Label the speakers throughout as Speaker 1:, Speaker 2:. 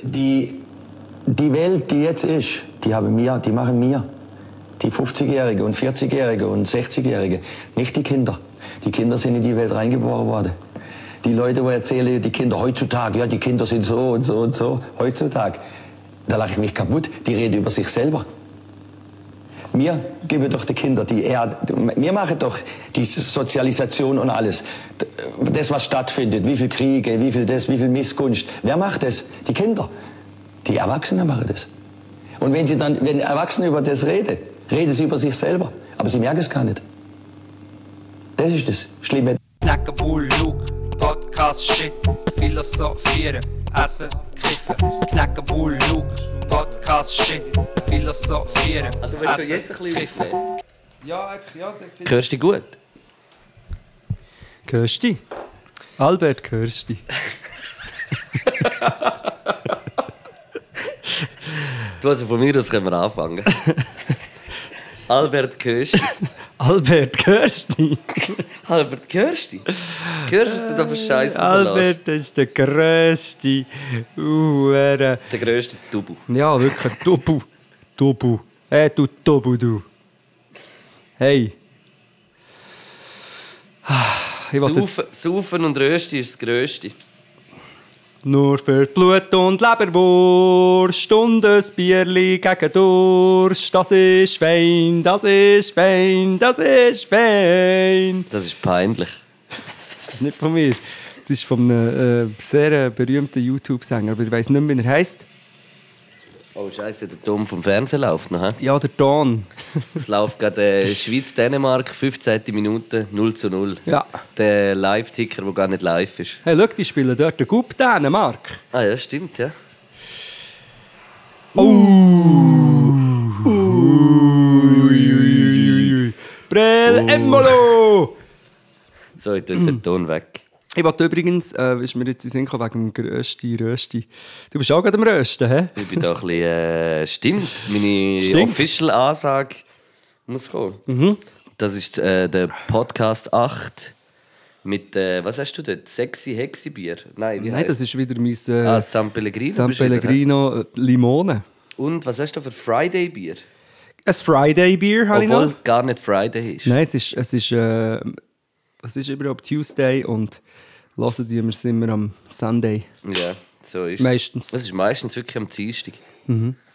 Speaker 1: die, die Welt, die jetzt ist, die haben mir, die machen mir. Die 50-Jährige und 40-Jährige und 60-Jährige, nicht die Kinder. Die Kinder sind in die Welt reingeboren worden. Die Leute, die erzählen, die Kinder heutzutage, ja, die Kinder sind so und so und so, heutzutage. Da lache ich mich kaputt, die reden über sich selber. Wir geben doch den Kindern die Erde, wir machen doch die Sozialisation und alles. Das, was stattfindet, wie viel Kriege, wie viel das, wie viel Missgunst. Wer macht das? Die Kinder. Die Erwachsenen machen das. Und wenn sie dann, wenn Erwachsene über das reden, reden sie über sich selber. Aber sie merken es gar nicht. Das ist das Schlimme.
Speaker 2: Knackenbull, Luke, Podcast, Shit, Philosophieren, Essen, Kiffen. Knackenbull, Luke, Podcast, Shit, Philosophieren,
Speaker 3: du willst doch
Speaker 2: Essen,
Speaker 3: jetzt ein bisschen-
Speaker 2: Kiffen.
Speaker 4: Ja, einfach, ja, definitiv.
Speaker 3: Hörst du dich gut?
Speaker 4: Hörst du? Albert, hörst du?
Speaker 3: Du, also von mir aus können wir anfangen. Albert Kösti.
Speaker 4: Albert, hörst du?
Speaker 3: Albert Kösti? Hörst du, was du da für Scheiße
Speaker 4: Albert ist der grösste. Uhr.
Speaker 3: Der grösste Tubu.
Speaker 4: Ja, wirklich. Tobu. Tobu. Hey, du Tobu, du. Hey. Ah, Ich wollte
Speaker 3: Saufen, Saufen und Rösti ist das Grösste.
Speaker 4: nur für Blut und Leberwurst und ein Bierli gegen Durst. Das ist fein, das ist fein, das ist fein.
Speaker 3: Das ist peinlich.
Speaker 4: Das ist nicht von mir. Das ist von einem äh, sehr äh, berühmten YouTube-Sänger, aber ich weiß nicht mehr, wie er heißt.
Speaker 3: Oh Scheiße, der Dumm vom Fernsehen läuft noch. hä?
Speaker 4: Ja, der Don.
Speaker 3: Es läuft gerade äh, Schweiz-Dänemark, 15. Minute, 0 zu 0.
Speaker 4: Ja.
Speaker 3: Der Live-Ticker, der gar nicht live ist.
Speaker 4: Hey, schau, die spielen dort den Gub Dänemark.
Speaker 3: Ah ja, stimmt, ja.
Speaker 4: Brel Emmolo!
Speaker 3: So, jetzt ist der Ton weg.
Speaker 4: Ich wollte übrigens, äh, ist mir jetzt in den Sinn gekommen, wegen dem Grösti, Rösti. Du bist auch gerade am Rösten, hä?
Speaker 3: Ich bin da ein bisschen, äh, stimmt, meine
Speaker 4: Stimmt. Mhm.
Speaker 3: Official-Ansage muss kommen. Das ist äh, der Podcast 8 mit, äh, was hast du dort? Sexy Hexibier? Nein, wie
Speaker 4: Nein, das
Speaker 3: heisst-
Speaker 4: ist wieder mein äh,
Speaker 3: Ah, San Pellegrino.
Speaker 4: San
Speaker 3: bist du wieder,
Speaker 4: Pellegrino äh, Limone.
Speaker 3: hä? Und was hast du für Friday-Bier?
Speaker 4: Ein Friday-Bier habe ich
Speaker 3: Obwohl
Speaker 4: noch.
Speaker 3: gar nicht Friday ist.
Speaker 4: Nein, es ist, es ist, äh, es ist überhaupt Tuesday und hören wir es immer am Sunday.
Speaker 3: Ja, so ist
Speaker 4: Meistens.
Speaker 3: Das ist meistens wirklich am Dienstag.
Speaker 4: Und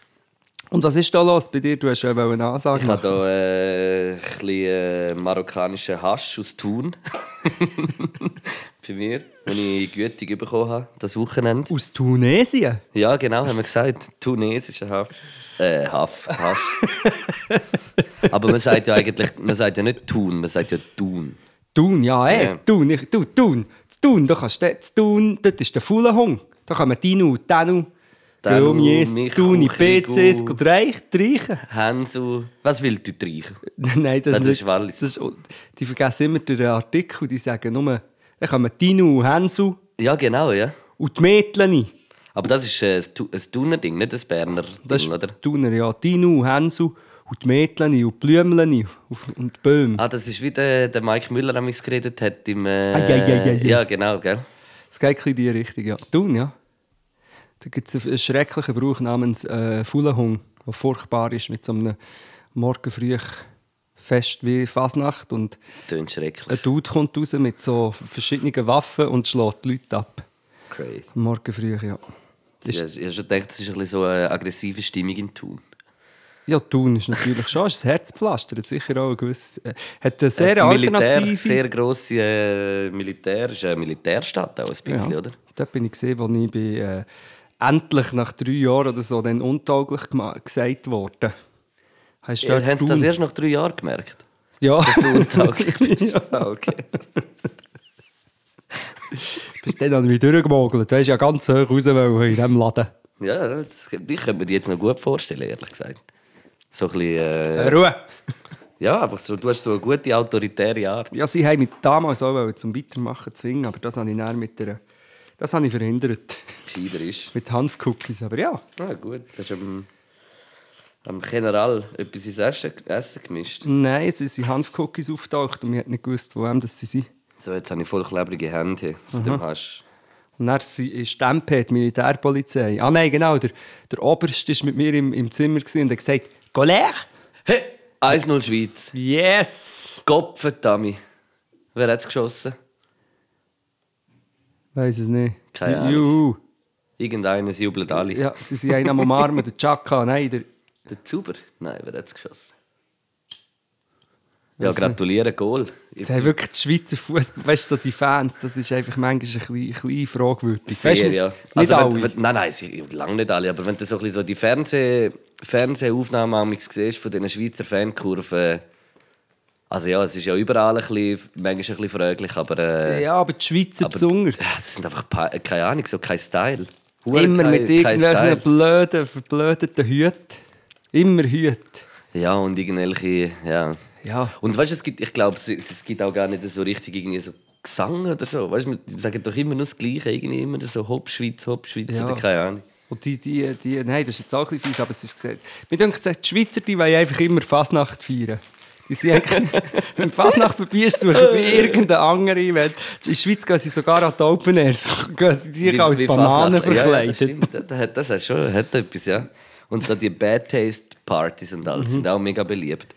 Speaker 4: was ist da los bei dir? Du hast ja wohl eine Ansage
Speaker 3: Ich habe
Speaker 4: machen.
Speaker 3: hier äh, ein bisschen äh, marokkanischen Hasch aus Thun. Bei mir, den ich gütig bekommen habe, das Wochenende.
Speaker 4: Aus Tunesien?
Speaker 3: Ja, genau, haben wir gesagt. Tunesischer Haff. Äh, Haff, Hasch. Aber man sagt ja eigentlich, man sagt ja nicht Thun, man sagt ja Thun.
Speaker 4: Thun, ja, ey,
Speaker 3: Ja.
Speaker 4: Thun, ich, du, Thun, zu Thun, da kannst du, zu Thun, dort ist der Fuhlenhung. Da kommen Dinu, Danu,
Speaker 3: Danu,
Speaker 4: Guillaume, Jes, zu
Speaker 3: Michu,
Speaker 4: Thun, in
Speaker 3: Krigu.
Speaker 4: PCs, gut reich, reichen.
Speaker 3: Hänsel. Was will du reichen?
Speaker 4: Nein, das,
Speaker 3: das
Speaker 4: nicht-
Speaker 3: ist Wallis.
Speaker 4: Das ist, die vergessen immer den Artikel, die sagen nur, da kommen Dinu, Hensu
Speaker 3: Ja, genau, ja.
Speaker 4: und die Mädchen.
Speaker 3: Aber das ist äh, ein Thu- ein Thuner Ding, nicht ein Berner Ding,
Speaker 4: Das ist
Speaker 3: oder?
Speaker 4: Thuner, ja, Dinu, Hensu und die Mädchen und die Blümchen auf- und die Bäume.
Speaker 3: Ah, das ist wie der, der Mike Müller am geredet hat im. Äh,
Speaker 4: Ah, ja, ja, ja, ja.
Speaker 3: ja, genau, gell?
Speaker 4: Es geht ein bisschen in die Richtung, ja. Thun, ja. Da gibt es einen schrecklichen Brauch namens äh, Fuhlenhung, der furchtbar ist mit so einem morgen früh Fest wie Fasnacht. Und
Speaker 3: Tönt schrecklich.
Speaker 4: ein Dude kommt raus mit so verschiedenen Waffen und schlägt die Leute ab.
Speaker 3: Crazy.
Speaker 4: Morgen früh, ja.
Speaker 3: Ich
Speaker 4: Äh, Ist,
Speaker 3: habe schon gedacht, es ist ein bisschen so eine aggressive Stimmung in Thun.
Speaker 4: ja, Thun ist natürlich schon ist ein Herzpflaster, hat sicher auch ein gewisses... Äh, hat eine sehr
Speaker 3: Die Militär,
Speaker 4: alternative...
Speaker 3: sehr grosse äh, Militär, ist eine Militärstadt auch ein bisschen, oder?
Speaker 4: Dort bin ich gesehen, wo ich bin, äh, endlich nach drei Jahren oder so dann untauglich gema- gesagt worden. Hast
Speaker 3: Ja, haben sie Äh, das
Speaker 4: Thun?
Speaker 3: erst nach drei Jahren gemerkt?
Speaker 4: Ja,
Speaker 3: Du untauglich bist. Ah, okay.
Speaker 4: bis dann habe ich mich durchgemogelt. Du hast ja ganz hoch raus wollen in diesem Laden.
Speaker 3: Ja, das, ich könnte mir die jetzt noch gut vorstellen, ehrlich gesagt. So ein bisschen, äh,
Speaker 4: Ruhe!
Speaker 3: ja, einfach so, du hast so eine gute autoritäre Art.
Speaker 4: Ja, sie haben mich damals auch wollen zum Weitermachen zwingen, aber das habe ich dann mit der... Das habe ich verhindert.
Speaker 3: Gescheiter ist.
Speaker 4: Mit Hanfcookies, aber ja.
Speaker 3: Ah, gut. Hast du am, am General etwas ins Essen, Essen gemischt?
Speaker 4: Nein, es sind Hanfcookies auftaucht und ich hätte nicht gewusst, von wem das sie sind.
Speaker 3: So, jetzt habe ich voll klebrige Hände von dem Hasch.
Speaker 4: Und dann sie- ist die MP, die Militärpolizei. Ah nein, genau, der, der Oberst war mit mir im, im Zimmer gewesen und hat gesagt, «Golère?»
Speaker 3: Hey, 1-0 Schweiz.
Speaker 4: «Yes!»
Speaker 3: Gottverdammt. Wer hat es geschossen?
Speaker 4: Weiss es nicht.
Speaker 3: Keine Ahnung.
Speaker 4: Juhu.
Speaker 3: Irgendeines jubelt alle.
Speaker 4: Ja, sie sind einen am Umarmen, der Chaka. Nein, der...
Speaker 3: Der Zuber? Nein, wer hat es geschossen? Ja, gratuliere, Goal.
Speaker 4: Das haben wirklich die Schweizer Fußball, weißt du, so die Fans, das ist einfach manchmal ein bisschen, ein bisschen fragwürdig.
Speaker 3: Sehr,
Speaker 4: Weißt du,
Speaker 3: ja.
Speaker 4: Nicht
Speaker 3: Also,
Speaker 4: alle.
Speaker 3: wenn, wenn, nein, nein, sie- lange nicht alle, aber wenn du so, ein bisschen so die Fernseh, Fernsehaufnahmen am siehst von diesen Schweizer Fankurven, also ja, es ist ja überall ein bisschen, manchmal ein bisschen fraglich, aber äh,
Speaker 4: ja, aber die Schweizer besonders.
Speaker 3: ja, das sind einfach, pa- keine Ahnung, so kein Style. Hure
Speaker 4: Immer
Speaker 3: kein-
Speaker 4: mit
Speaker 3: kein
Speaker 4: irgendwelchen
Speaker 3: Style.
Speaker 4: blöden, verblödeten Hüten. Immer Hüte.
Speaker 3: Ja, und irgendwelche, ja.
Speaker 4: Ja.
Speaker 3: Und weißt du, es gibt, ich glaube, es, es gibt auch gar nicht so richtig irgendwie so Gesang oder so. Weißt du, die sagen doch immer nur das Gleiche, irgendwie immer so Hopschweiz, Hopschweiz
Speaker 4: Ja.
Speaker 3: oder keine Ahnung.
Speaker 4: Und die, die, die, nein, das ist jetzt auch ein bisschen fies, aber es ist gesagt. Mir denkt, die Schweizer, die wollen einfach immer Fasnacht feiern. Die sind eigentlich, wenn die Fasnacht vorbei ist, suchen sie irgendeinen anderen Event. In der Schweiz gehen sie sogar an die Open Airs. Gehen sie sich als
Speaker 3: Wie- wie
Speaker 4: Bananen
Speaker 3: Fasnacht. Ja, Ja, das,
Speaker 4: verkleidet.
Speaker 3: stimmt. Das- das, hat- das hat schon hat etwas, ja. Und da die Bad Taste Partys und alles sind auch mega beliebt.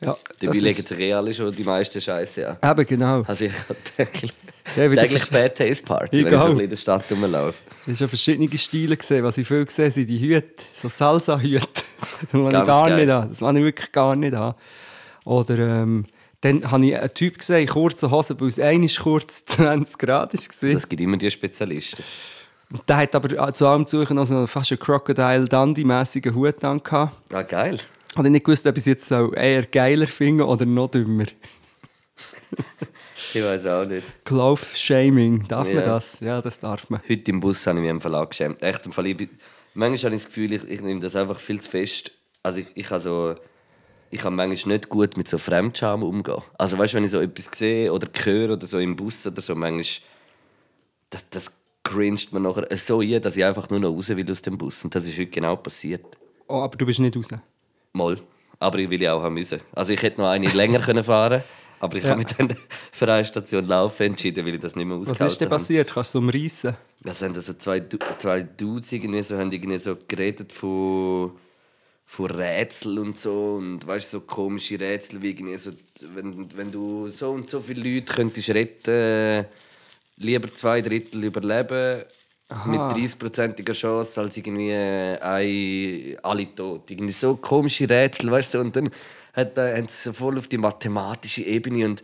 Speaker 4: Mhm. Ja, das
Speaker 3: Dabei
Speaker 4: ist-
Speaker 3: legen sich eh alle schon die meisten Scheiße an.
Speaker 4: Eben, genau.
Speaker 3: Also ich habe täglich,
Speaker 4: Ja, wie du
Speaker 3: täglich
Speaker 4: bist-
Speaker 3: Bad Taste Party, wenn ich so
Speaker 4: Egal.
Speaker 3: ein bisschen in der Stadt rumlaufe.
Speaker 4: Ich habe schon verschiedene Stile gesehen. Was ich viel gesehen habe, sind die Hüte. So Salsa-Hüte. Das habe ich
Speaker 3: Ganz
Speaker 4: gar
Speaker 3: geil.
Speaker 4: nicht an. Das habe ich wirklich gar nicht an. Oder ähm, dann habe ich einen Typ gesehen, in kurzen Hosen, weil es einmal kurz 20 Grad war.
Speaker 3: Das gibt immer die Spezialisten.
Speaker 4: Der hat aber äh, zu allem Suchen noch so einen fast einen Crocodile Dundee-mässigen Hut an. gehabt.
Speaker 3: Ah, geil.
Speaker 4: Und ich nicht gewusst, ob ich es jetzt so eher geiler finde oder noch dümmer.
Speaker 3: Ich weiß auch nicht.
Speaker 4: Cloth-Shaming, darf
Speaker 3: Ja.
Speaker 4: man das? Ja, das darf man.
Speaker 3: Heute im Bus habe ich mich im Fall angeschämt. Echt, im Fall, ich, bin- manchmal habe ich das Gefühl, ich, ich nehme das einfach viel zu fest. Also ich, ich habe so... Ich kann manchmal nicht gut mit so Fremdscham umgehen. Also weißt du, wenn ich so etwas sehe oder höre oder so im Bus oder so, manchmal... Das, das cringet mir nachher so ein, dass ich einfach nur noch raus will aus dem Bus. Und das ist heute genau passiert.
Speaker 4: Oh, aber du bist nicht raus.
Speaker 3: Mal. Aber ich will ja auch haben müssen. Also ich hätte noch eine länger können fahren aber ich habe mich dann für eine Station Laufen entschieden, weil ich das nicht mehr
Speaker 4: Was
Speaker 3: ausgehalten
Speaker 4: ist denn
Speaker 3: habe.
Speaker 4: passiert? Kannst du umreißen?
Speaker 3: Das haben also zwei, Du- zwei Dudes irgendwie so, haben irgendwie so geredet von, von Rätseln und so. Und weißt du, so komische Rätsel wie irgendwie so, wenn, wenn du so und so viele Leute könntest retten, lieber zwei Drittel überleben. Mit 30%iger Chance als irgendwie äh, ein, alle tot. Irgendwie so komische Rätsel, weißt du? Und dann hat, äh, haben sie so voll auf die mathematische Ebene und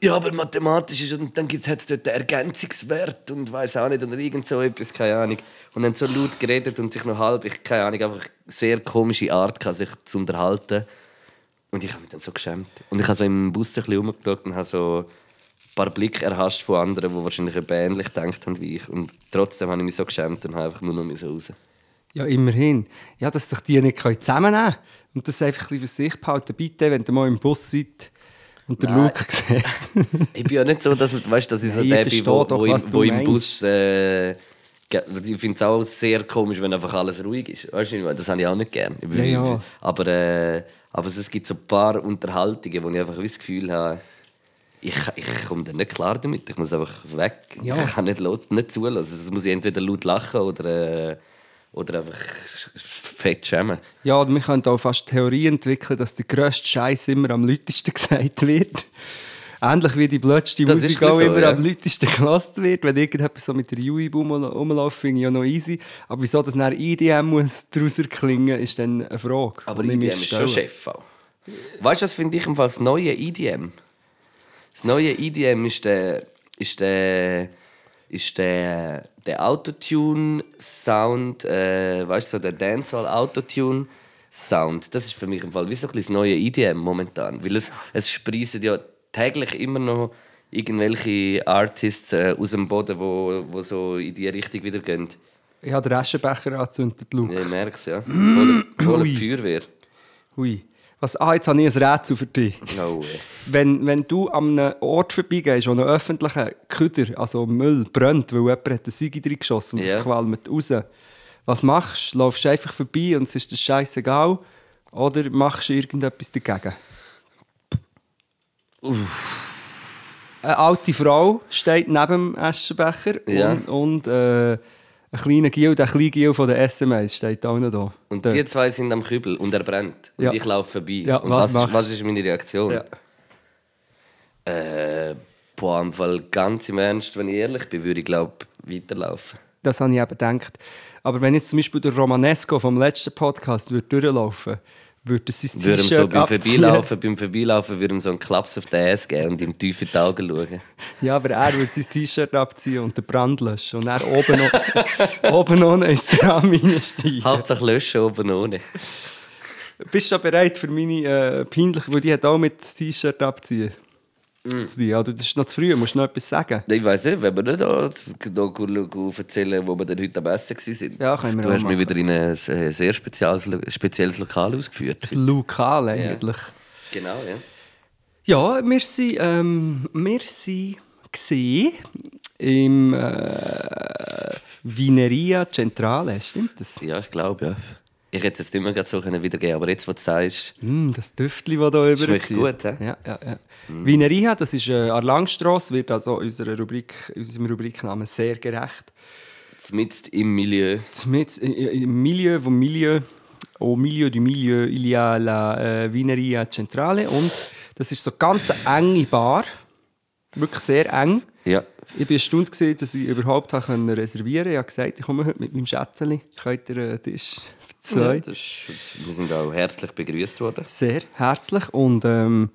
Speaker 3: ja, aber mathematisch ist und dann gibt's hat's dort den Ergänzungswert und weiß auch nicht oder irgend so etwas, keine Ahnung. Und dann so laut geredet und sich noch halb, ich keine Ahnung, einfach sehr komische Art gehabt, sich zu unterhalten. Und ich habe mich dann so geschämt. Und ich habe so im Bus ein bisschen rumgeschaut und habe so ein paar Blicke erhascht von anderen, die wahrscheinlich eben ähnlich gedacht haben wie ich. Und trotzdem habe ich mich so geschämt und habe einfach nur noch raus. müssen.
Speaker 4: Ja, immerhin. Ja, dass sich die nicht können zusammennehmen können. Und das einfach ein bisschen für sich behalten. Bitte, wenn ihr mal im Bus seid und der
Speaker 3: Nein.
Speaker 4: Luke seht.
Speaker 3: Ich bin ja nicht so, dass, weißt, dass ich so
Speaker 4: Nein, ich
Speaker 3: der bin,
Speaker 4: verstehe
Speaker 3: wo,
Speaker 4: doch,
Speaker 3: wo, im-
Speaker 4: was du
Speaker 3: wo im
Speaker 4: meinst.
Speaker 3: Bus... Äh, ge- ich finde es auch sehr komisch, wenn einfach alles ruhig ist. Weißt du, das habe ich auch nicht gern. Ich-
Speaker 4: Ja, ja.
Speaker 3: Aber, äh, aber es gibt so ein paar Unterhaltungen, wo ich einfach wie das Gefühl habe, ich, ich komme da nicht klar damit. Ich muss einfach weg.
Speaker 4: Ja.
Speaker 3: Ich kann nicht, laut- nicht zulassen. Also, das muss ich entweder laut lachen oder, äh, oder einfach fett schämen.
Speaker 4: Ja, und wir können auch fast Theorie entwickeln, dass der grösste Scheiß immer am lautesten gesagt wird. Ähnlich wie die blödste
Speaker 3: Das
Speaker 4: Musik
Speaker 3: ist ein
Speaker 4: auch
Speaker 3: bisschen so,
Speaker 4: immer
Speaker 3: ja.
Speaker 4: am lautesten gelassen wird. Wenn irgendjemand so mit der Jui rumläuft, finde ich ja noch easy. Aber wieso das nach IDM muss daraus klingen, ist dann eine Frage.
Speaker 3: Aber
Speaker 4: die ich mir
Speaker 3: IDM ist schon
Speaker 4: stelle.
Speaker 3: Chef auch. Weißt du, was finde ich im Fall das neue IDM? Das neue IDM ist der. ist der. ist der. der Autotune-Sound. Äh, weißt du, so der Dancehall-Autotune-Sound. Das ist für mich im Fall wie so ein bisschen das neue IDM momentan. Weil es, es sprießen ja täglich immer noch irgendwelche Artists äh, aus dem Boden, wo, wo so in die Richtung wieder gehen.
Speaker 4: Ich habe den Aschenbecher angezündet, Luke.
Speaker 3: Ich merke es, ja. Hol, hol die Feuerwehr.
Speaker 4: Hui. Was, ah, jetzt habe ich ein Rätsel für dich.
Speaker 3: No way.
Speaker 4: Wenn, wenn du an einem Ort vorbeigehst, wo ein öffentlicher Köder, also Müll, brennt, weil jemand hat einen Siege reingeschossen und
Speaker 3: Ja.
Speaker 4: es qualmt raus, was machst du? Laufst du einfach vorbei und es ist dir scheißegal? Oder machst du irgendetwas dagegen? Eine alte Frau steht neben dem Aschenbecher
Speaker 3: Ja.
Speaker 4: und, und äh, ein kleiner Gil, der kleine Gil von der SMS steht auch noch da.
Speaker 3: Und
Speaker 4: Dort.
Speaker 3: die zwei sind am Kübel und er brennt. Und
Speaker 4: Ja.
Speaker 3: ich laufe vorbei.
Speaker 4: Ja,
Speaker 3: und
Speaker 4: was
Speaker 3: was,
Speaker 4: machst
Speaker 3: was, ist meine Reaktion?
Speaker 4: Ja.
Speaker 3: Äh, boah, im Fall ganz im Ernst, wenn ich ehrlich bin, würde ich glaube weiterlaufen.
Speaker 4: Das habe ich eben gedacht. Aber wenn jetzt zum Beispiel der Romanesco vom letzten Podcast würde durchlaufen würde, das sein
Speaker 3: Würde ihm
Speaker 4: T-Shirt
Speaker 3: so beim
Speaker 4: abziehen.
Speaker 3: Vorbeilaufen, beim Vorbeilaufen würde ihm so einen Klaps auf den Ass geben und ihm tief in die Augen schauen.
Speaker 4: Ja, aber er würde sein T-Shirt abziehen und den Brand löschen. Und er oben, o- oben ohne ins Tram reinsteigen.
Speaker 3: Hauptsache löschen oben ohne.
Speaker 4: Bist du schon bereit für meine äh, peinliche, weil die hat auch mit T-Shirt abziehen.
Speaker 3: Mm.
Speaker 4: Zu dir, Oder das ist noch zu früh, musst du noch etwas sagen.
Speaker 3: Ich weiß nicht, wenn wir nicht da noch gut erzählen, wo wir dann heute am Essen waren.
Speaker 4: Ja, können wir
Speaker 3: Du
Speaker 4: auch
Speaker 3: hast mich
Speaker 4: machen.
Speaker 3: wieder in ein sehr sehr spezielles, Lo- spezielles Lokal ausgeführt.
Speaker 4: Das Lokal eigentlich.
Speaker 3: Genau, ja.
Speaker 4: Ja, wir sind, ähm, wir sind gesehen im äh, Vineria Centrale, stimmt das?
Speaker 3: Ja, ich glaube, ja. Ich hätte es jetzt nicht mehr gerade so können wiedergeben aber jetzt, wo du sagst,
Speaker 4: Mm, das Düftli, das hier über
Speaker 3: Schmeckt gut, hä? Mhm.
Speaker 4: Ja, ja, ja. Vineria, das ist äh, an der Langstrasse, wird also unserer Rubrik, unserem Rubriknamen sehr gerecht.
Speaker 3: mitten im Milieu,
Speaker 4: Mit, äh, im Milieu vom Milieu, au Milieu du Milieu, il y a la äh, Vineria Centrale. Und das ist so ganz eine enge Bar. Wirklich sehr eng.
Speaker 3: ja,
Speaker 4: Ich war erstaunt, gewesen, dass ich überhaupt habe können reservieren konnte. Ich habe gesagt, ich komme heute mit meinem Schätzchen. Könnt ihr einen Tisch für
Speaker 3: ja
Speaker 4: zwei?
Speaker 3: das ist, wir sind auch herzlich begrüßt worden.
Speaker 4: Sehr herzlich. Und ähm,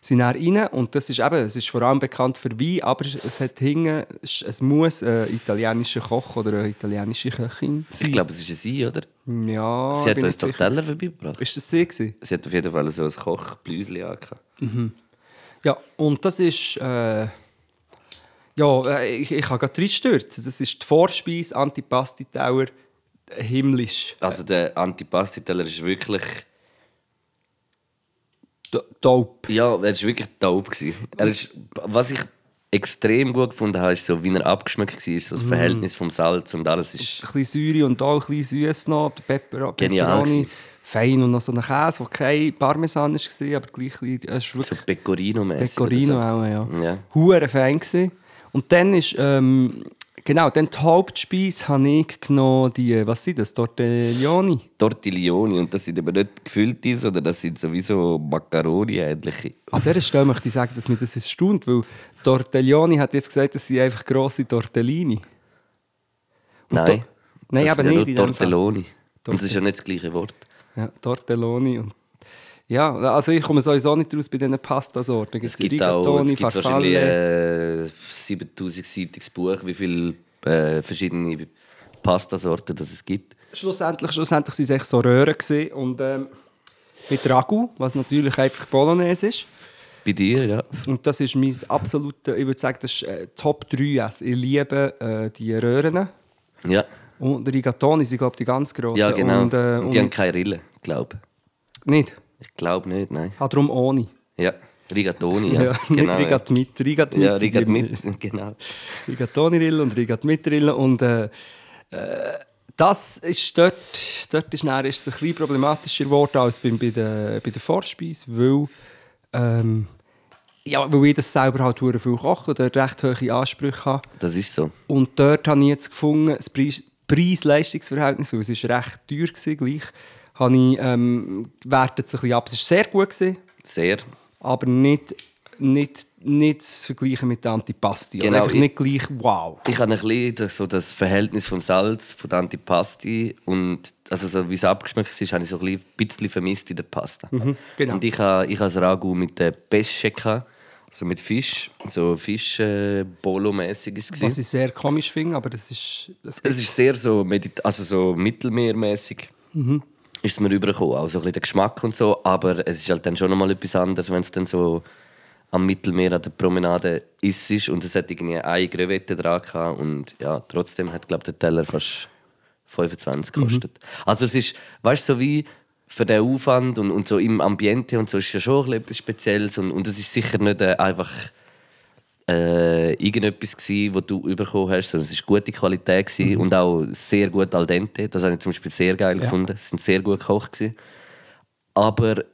Speaker 4: sind dann rein. Und das ist eben, es ist vor allem bekannt für Wein, aber es hat hinten, es muss ein italienischer Koch oder eine italienische Köchin sein.
Speaker 3: Ich glaube, es ist ein Sie, oder?
Speaker 4: ja,
Speaker 3: Sie hat
Speaker 4: Oh, bin
Speaker 3: uns
Speaker 4: nicht
Speaker 3: doch
Speaker 4: sicher.
Speaker 3: Teller vorbeigebracht.
Speaker 4: Ist das sie gewesen?
Speaker 3: Sie hat auf jeden Fall so ein Kochblüsli angehabt.
Speaker 4: Ja, und das ist. Äh, ja, äh, ich, ich kann gerade reinstürzen. Das ist die Vorspeise, Antipasti-Tower, himmlisch.
Speaker 3: Also der Antipasti-Teller ist wirklich,
Speaker 4: D- Dope.
Speaker 3: ja, er ist wirklich taub gewesen. Er ist, was ich extrem gut gefunden habe, ist so, wie er abgeschmeckt war, ist so das
Speaker 4: Mm.
Speaker 3: Verhältnis vom Salz und alles ist...
Speaker 4: Ein bisschen Säure und auch ein bisschen Süß noch. Der Pepper,
Speaker 3: Genial
Speaker 4: Pepperoni.
Speaker 3: gewesen.
Speaker 4: Fein und noch so ein Käse, der kein Parmesan war, aber gleich ein bisschen. Es ist
Speaker 3: So
Speaker 4: wirklich
Speaker 3: Pecorino-mäßig.
Speaker 4: Pecorino
Speaker 3: oder
Speaker 4: auch, ja.
Speaker 3: so. Ja.
Speaker 4: Huere Fan gewesen. Und dann ist, ähm, genau, dann die Hauptspeise habe ich genommen, die, was sind das, Tortelloni.
Speaker 3: Tortiglioni und das sind aber nicht gefüllte, sondern das sind sowieso Macaroni ähnliche.
Speaker 4: An dieser Stelle möchte ich sagen, dass mir das erstaunt, weil Tortelloni hat jetzt gesagt, das sind einfach grosse Tortellini.
Speaker 3: Nein.
Speaker 4: Tor- Nein,
Speaker 3: das
Speaker 4: aber
Speaker 3: sind ja
Speaker 4: nicht
Speaker 3: nur
Speaker 4: in dem
Speaker 3: Tortelloni. Und das ist ja nicht das gleiche Wort.
Speaker 4: Ja, Tortelloni und... Ja, also ich komme sowieso nicht raus bei diesen Pastasorten.
Speaker 3: Es gibt auch es gibt wahrscheinlich äh, 7000-seitiges Buch, wie viele äh, verschiedene Pastasorten das es gibt.
Speaker 4: Schlussendlich, schlussendlich waren es echt so Röhren gewesen und ähm, mit Ragu, was natürlich einfach Bolognese ist.
Speaker 3: Bei dir, ja.
Speaker 4: Und das ist mein absoluter, ich würde sagen, das ist äh, Top 3 Essen. Ich liebe äh, die Röhren.
Speaker 3: Ja,
Speaker 4: Und Rigatoni sind, glaube ich, die ganz grossen.
Speaker 3: ja genau.
Speaker 4: Und, äh,
Speaker 3: die haben
Speaker 4: und
Speaker 3: keine Rille, glaube
Speaker 4: nicht.
Speaker 3: ich. Ich glaube nicht, nein.
Speaker 4: Ah, darum ohne.
Speaker 3: Ja, Rigatoni,
Speaker 4: Ja,
Speaker 3: ja.
Speaker 4: nicht Rigat mit, Rigat mit.
Speaker 3: Ja,
Speaker 4: sind
Speaker 3: Rigat
Speaker 4: die-
Speaker 3: mit, genau.
Speaker 4: Rigat ohne Rille und Rigat mit Rille. Und äh, äh, das ist dort, dort ist, dann, ist es ein bisschen problematischer geworden als beim, bei, der, bei der Vorspeise, weil, ähm, ja, weil ich das selber halt verdammt viel koche und dort recht hohe Ansprüche habe.
Speaker 3: Das ist so.
Speaker 4: Und dort habe ich jetzt gefunden, das Preis- Preis-Leistungs-Verhältnis, weil es ist recht teuer war, gleich, habe ich, ähm, wertet es ein bisschen ab. Es war sehr gut, gewesen,
Speaker 3: Sehr.
Speaker 4: aber nicht, nicht, nicht zu vergleichen mit der Antipasti. Genau,
Speaker 3: Genau,
Speaker 4: einfach
Speaker 3: ich-
Speaker 4: nicht gleich wow.
Speaker 3: Ich habe ein bisschen das- so das Verhältnis vom Salz, von der Antipasti und also so, wie es abgeschmeckt ist, habe ich so ein bisschen- bisschen vermisst in der Pasta.
Speaker 4: genau.
Speaker 3: Und ich habe, ich habe das Ragu mit der Pesce, gehabt, also mit Fisch, so Fisch äh, bolo mäßig ist
Speaker 4: Was
Speaker 3: es.
Speaker 4: ich sehr komisch finde, aber das ist... Das
Speaker 3: Es ist sehr so, medit also so mittelmeermäßig. Ist es mir rübergekommen, auch so ein bisschen der Geschmack und so, aber es ist halt dann schon nochmal etwas anderes, wenn es dann so am Mittelmeer an der Promenade ist und es hat irgendwie eine Grevette dran gehabt und ja, trotzdem hat glaube der Teller fast 25 gekostet. Also es ist, weißt du, so wie für den Aufwand und, und so im Ambiente und so ist ja schon ein bisschen etwas Spezielles und, und es ist sicher nicht äh, einfach äh, irgendetwas gsi, wo du bekommen hast, sondern es war gute Qualität gsi und auch sehr gut al dente. Das habe ich zum Beispiel sehr geil gefunden. Es sind sehr gut gekocht gsi. Aber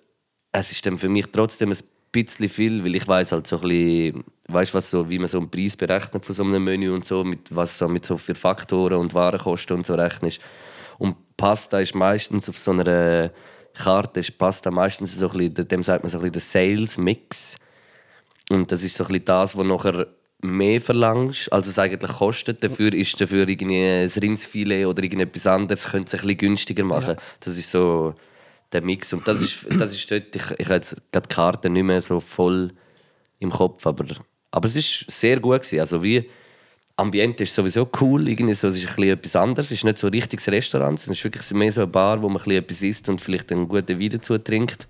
Speaker 3: es ist dann für mich trotzdem ein bisschen viel, weil ich weiß halt so ein bisschen, weißt, was so, wie man so einen Preis berechnet von so einem Menü und so, mit was so mit so für Faktoren und Warenkosten und so rechnest. Und Pasta ist meistens auf so einer Karte ist Pasta meistens so ein bisschen, dem sagt man so ein bisschen der Sales Mix. Und das ist so ein bisschen das, was nachher mehr verlangst, als es eigentlich kostet. Dafür ist dafür irgendwie ein Rindsfilet oder irgendetwas anderes, könnte es ein bisschen günstiger machen. Das ist so der Mix. Und das ist, das ist dort, ich, ich habe jetzt gerade die Karte nicht mehr so voll im Kopf, aber, aber es ist sehr gut gewesen. Also wie, Ambiente ist sowieso cool, irgendwie so, es ist ein bisschen etwas anderes, es ist nicht so ein richtiges Restaurant, es ist wirklich mehr so eine Bar, wo man ein bisschen etwas isst und vielleicht einen guten Wein dazu trinkt.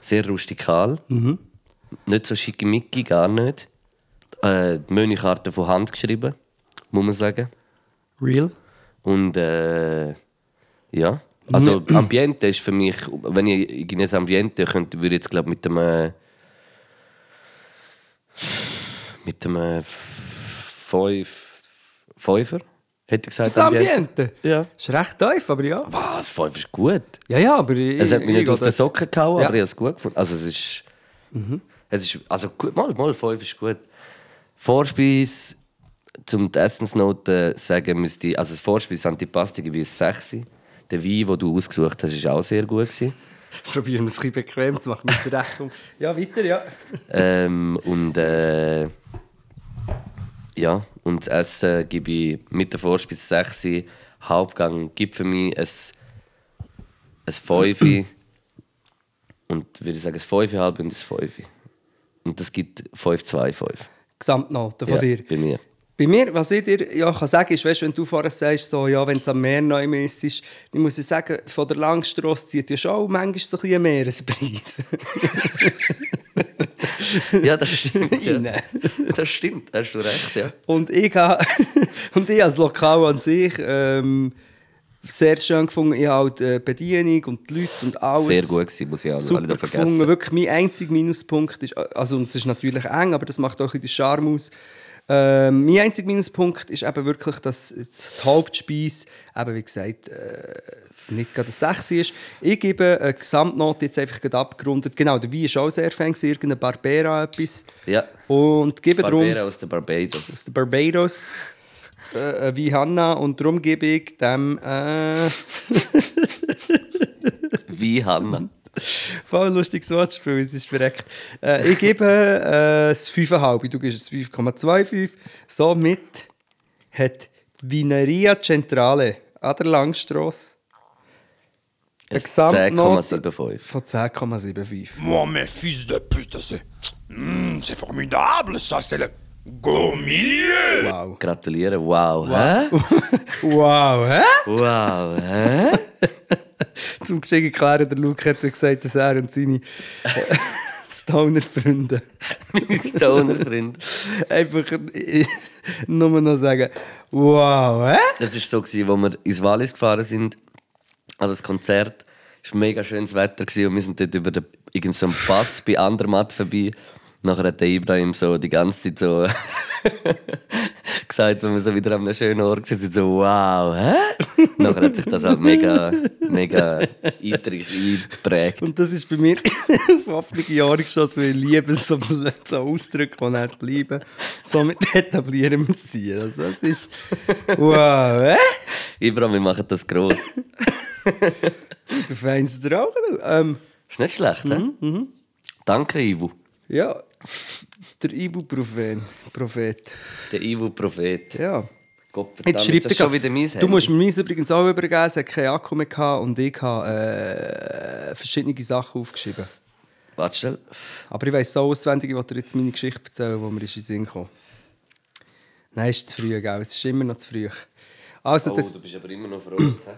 Speaker 3: Sehr rustikal. Nicht so schickimicki, gar nicht. Äh, die Menükarte von Hand geschrieben, muss man sagen.
Speaker 4: Real?
Speaker 3: Und äh, ja, also Ambiente ist für mich, wenn ich irgendwie das Ambiente könnte, würde ich jetzt glaube mit dem äh, mit dem äh, Fünf, Fünfer, hätte ich gesagt.
Speaker 4: Das Ambiente.
Speaker 3: Ja.
Speaker 4: Ist recht tief, aber ja.
Speaker 3: Was, Fünf ist gut.
Speaker 4: Ja, ja, aber ich,
Speaker 3: Es hat mich
Speaker 4: ich-
Speaker 3: nicht aus
Speaker 4: oder-
Speaker 3: den Socken gehauen,
Speaker 4: Ja. Mhm.
Speaker 3: aber ich habe es gut gefunden. Also es ist... Es ist also gut, mal, mal, fünf ist gut. Vorspeis, zum die Essensnoten sagen müsste ich... Also das Vorspeis Antipasti gebe ich ein sechs. Der Wein, den du ausgesucht hast, war auch sehr gut. Gewesen.
Speaker 4: Probieren wir es ein bisschen bequem zu machen mit der Rechnung. Ja, weiter, ja.
Speaker 3: Ähm, und äh, ja, und das Essen gebe ich mit der Vorspeise 6. Hauptgang gibt für mich ein, ein 5. und würde ich sagen, ein 5,5 und ein 5. Und das gibt 5,25.
Speaker 4: Gesamtnote von
Speaker 3: Ja,
Speaker 4: dir.
Speaker 3: Bei mir.
Speaker 4: Bei mir, was ich dir ja, kann sagen ist, weißt, wenn du vorher sagst, so, ja, wenn es am Meer neu ist, ich muss ich sagen, von der Langstrasse zieht ja schon manchmal so ein bisschen ein Meerespreis.
Speaker 3: Ja, das stimmt. Ja.
Speaker 4: Rein.
Speaker 3: Das stimmt, hast du recht, ja.
Speaker 4: Und ich habe und ich als Lokal an sich ähm, sehr schön gefunden. Ich habe halt äh, die Bedienung und die Leute und alles.
Speaker 3: Sehr gut gewesen, muss Also, ich alle, alle
Speaker 4: Super
Speaker 3: da
Speaker 4: gefunden.
Speaker 3: vergessen.
Speaker 4: Wirklich mein einziger Minuspunkt ist, also und es ist natürlich eng, aber das macht auch ein bisschen den Charme aus. Ähm, mein einziger Minuspunkt ist eben wirklich, dass jetzt die Hauptspeise, eben wie gesagt, äh, nicht gerade eine 6 ist. Ich gebe eine Gesamtnote jetzt einfach gerade abgerundet. Genau, der Wein ist auch sehr fan, gewesen, irgendein Barbera etwas.
Speaker 3: Ja,
Speaker 4: Und gebe darum
Speaker 3: Barbera aus der Barbados.
Speaker 4: aus den Barbados. Äh, äh, wie Hanna und darum gebe ich dem äh,
Speaker 3: Wie Hanna.
Speaker 4: voll lustiges Wortspiel, es ist verreckt. Äh, ich gebe äh, das 5,5, du gibst es 5,25. Somit hat die Vineria Centrale an der Langstrasse eine Gesamtnote
Speaker 3: 10,75.
Speaker 4: von 10,75.
Speaker 5: Moi, mes fils de pute, c'est. Hmm, c'est formidable, ça, c'est le. Go milieu!
Speaker 4: Wow.
Speaker 3: Gratuliere, wow. Hä?
Speaker 4: Wow, hä?
Speaker 3: Wow, hä?
Speaker 4: Zum Geschick erklären, der Luke hat gesagt, dass er und seine äh, Stoner-Freunde
Speaker 3: Meine Stoner-Freunde.
Speaker 4: Einfach äh, nur noch sagen, wow, hä?
Speaker 3: Das war so, gewesen, wo wir ins Wallis gefahren sind. Also das Konzert. Es war mega schönes Wetter gewesen und wir sind dort über den, irgend so einen Pass bei Andermatt vorbei. Nachher hat der Ibrahim so die ganze Zeit so gesagt, wenn wir so wieder an einem schönen Ort waren, sind, so «Wow, hä?» Nachher hat sich das halt mega, mega einträg- eingeprägt.
Speaker 4: Und das ist bei mir auf offene Jahre geschossen, weil ich liebe so, so Ausdrücke, die nicht bleiben. Somit etablieren wir sie. Also es ist, wow, hä?
Speaker 3: Ibrahim, wir machen das gross.
Speaker 4: Du feinst es auch. Ähm,
Speaker 3: Ist nicht schlecht, hä? Danke, Ivo.
Speaker 4: ja, der Ibuprofen, Prophet,
Speaker 3: Der Ivo-Prophet.
Speaker 4: ja.
Speaker 3: Gott, verdammt,
Speaker 4: Jetzt schreibt
Speaker 3: ist das
Speaker 4: er
Speaker 3: schon wieder mein
Speaker 4: Du musst mir meins übrigens auch übergeben, es hat keinen Akku mehr gehabt und ich habe äh, verschiedene Sachen aufgeschrieben.
Speaker 3: Warte schnell.
Speaker 4: Aber ich weiss so auswendig, ich will dir jetzt meine Geschichte erzählen, wo mir ist in den Sinn kam. Nein, es ist zu früh, gell? es ist immer noch zu früh. Also,
Speaker 3: Oh,
Speaker 4: das
Speaker 3: du bist aber immer noch verrückt. hä?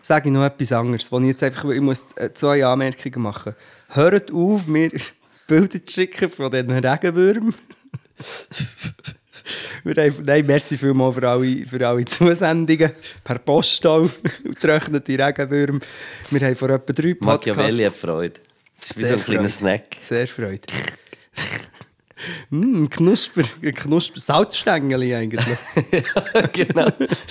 Speaker 4: sage ich noch etwas anderes, wo ich jetzt einfach, ich muss äh, zwei Anmerkungen machen. Hört auf, mir Bilder zu schicken von diesen Regenwürmern. Wir haben, nein, merci vielmals für alle, für alle Zusendungen, per Post auch, und getrocknete Regenwürmer. Wir haben vor etwa drei
Speaker 3: Machiavelli hat Freude. Das ist wie so
Speaker 4: Sehr
Speaker 3: ein kleiner
Speaker 4: Freude.
Speaker 3: Snack.
Speaker 4: Sehr freut. Mm, Knusper, ein Knusper, Salzstängeli eigentlich.
Speaker 3: genau.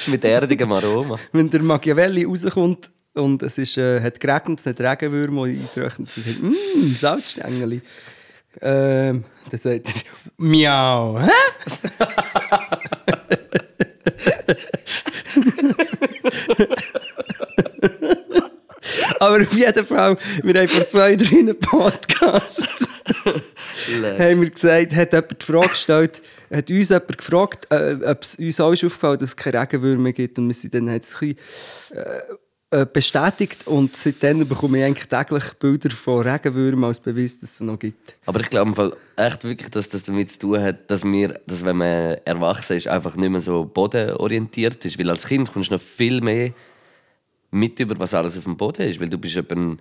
Speaker 3: Mit erdigem Aroma.
Speaker 4: Wenn der Machiavelli rauskommt und es ist, äh, hat geregnet, es hat Regenwürmer, die eingetrocknet sind. Mm, hm, Salzstängeli. Ähm, dann sagt er, miau, hä? Aber auf jeden Fall, wir haben vor zwei, drei Podcasts Äh, haben wir gesagt, hat jemand die Frage gestellt, hat uns jemand gefragt, äh, ob es uns auch ist aufgefallen dass es keine Regenwürmer gibt. Und wir sind dann halt ein bisschen, äh, äh, bestätigt. Und seitdem bekomme ich eigentlich täglich Bilder von Regenwürmern als Beweis, dass es sie noch gibt.
Speaker 3: Aber ich glaube im Fall echt wirklich, dass das damit zu tun hat, dass wir, dass wenn man erwachsen ist, einfach nicht mehr so bodenorientiert ist. Weil als Kind kommst du noch viel mehr mit über, was alles auf dem Boden ist. Weil du bist etwa einen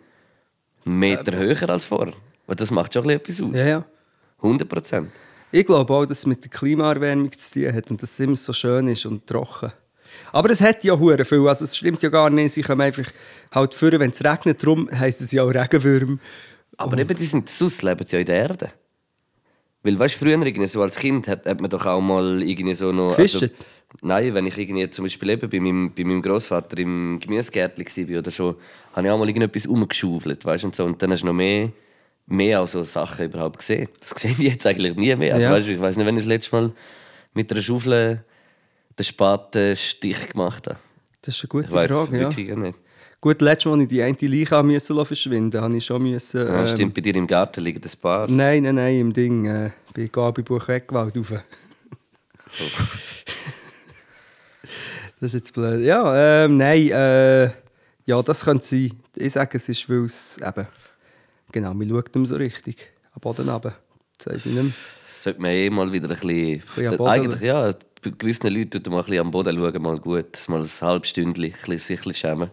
Speaker 3: Meter höher als vorher. Und das macht schon ein bisschen etwas aus.
Speaker 4: Ja, ja.
Speaker 3: 100 Prozent.
Speaker 4: Ich glaube auch, dass es mit der Klimaerwärmung zu tun hat und dass es immer so schön ist und trocken. Aber es hat ja hure viel, also es stimmt ja gar nicht, sie kommen einfach halt vor, wenn es regnet, darum heisst es ja auch Regenwürm. Oh.
Speaker 3: Aber eben, die sind sonst leben sie ja in der Erde. Weil, weißt du, früher irgendwie so als Kind hat, hat man doch auch mal irgendwie so noch. also
Speaker 4: Gefischt?
Speaker 3: nein, wenn ich irgendwie zum Beispiel eben bei meinem, bei meinem Großvater im Gemüsegärtchen war oder so, habe ich auch mal irgendetwas umgeschaufelt, weißt du, und so. Und dann hast du noch mehr, mehr auch so Sachen überhaupt gesehen. Das sehe ich jetzt eigentlich nie mehr. Also,
Speaker 4: Ja.
Speaker 3: weißt du, ich weiß nicht, wenn ich das letzte Mal mit einer Schaufel den Spatenstich gemacht habe.
Speaker 4: Das ist eine gute
Speaker 3: Ich weiß
Speaker 4: Frage, ja.
Speaker 3: wirklich nicht.
Speaker 4: Gut, letztes Mal, als ich die eine Leiche habe müssen lassen verschwinden musste, habe ich schon... Müssen,
Speaker 3: Ja,
Speaker 4: ähm,
Speaker 3: stimmt, bei dir im Garten liegen ein paar.
Speaker 4: Nein, nein, nein, im Ding, äh, bei Gabi Buch Wegwald rauf. das ist jetzt blöd. Ja, ähm, nein, äh, ja, das könnte sein. Ich sage, es ist, weil es eben, genau, man schaut nicht mehr so richtig. Am Boden runter. Das weiß ich nicht mehr.
Speaker 3: Das sollte man eh mal wieder ein bisschen.
Speaker 4: bisschen am Boden
Speaker 3: eigentlich, ja, bei gewissen Leuten tut man mal ein bisschen am Boden schauen, mal gut. Dass mal ein halbes Stündchen, ein bisschen, sich ein bisschen schämen.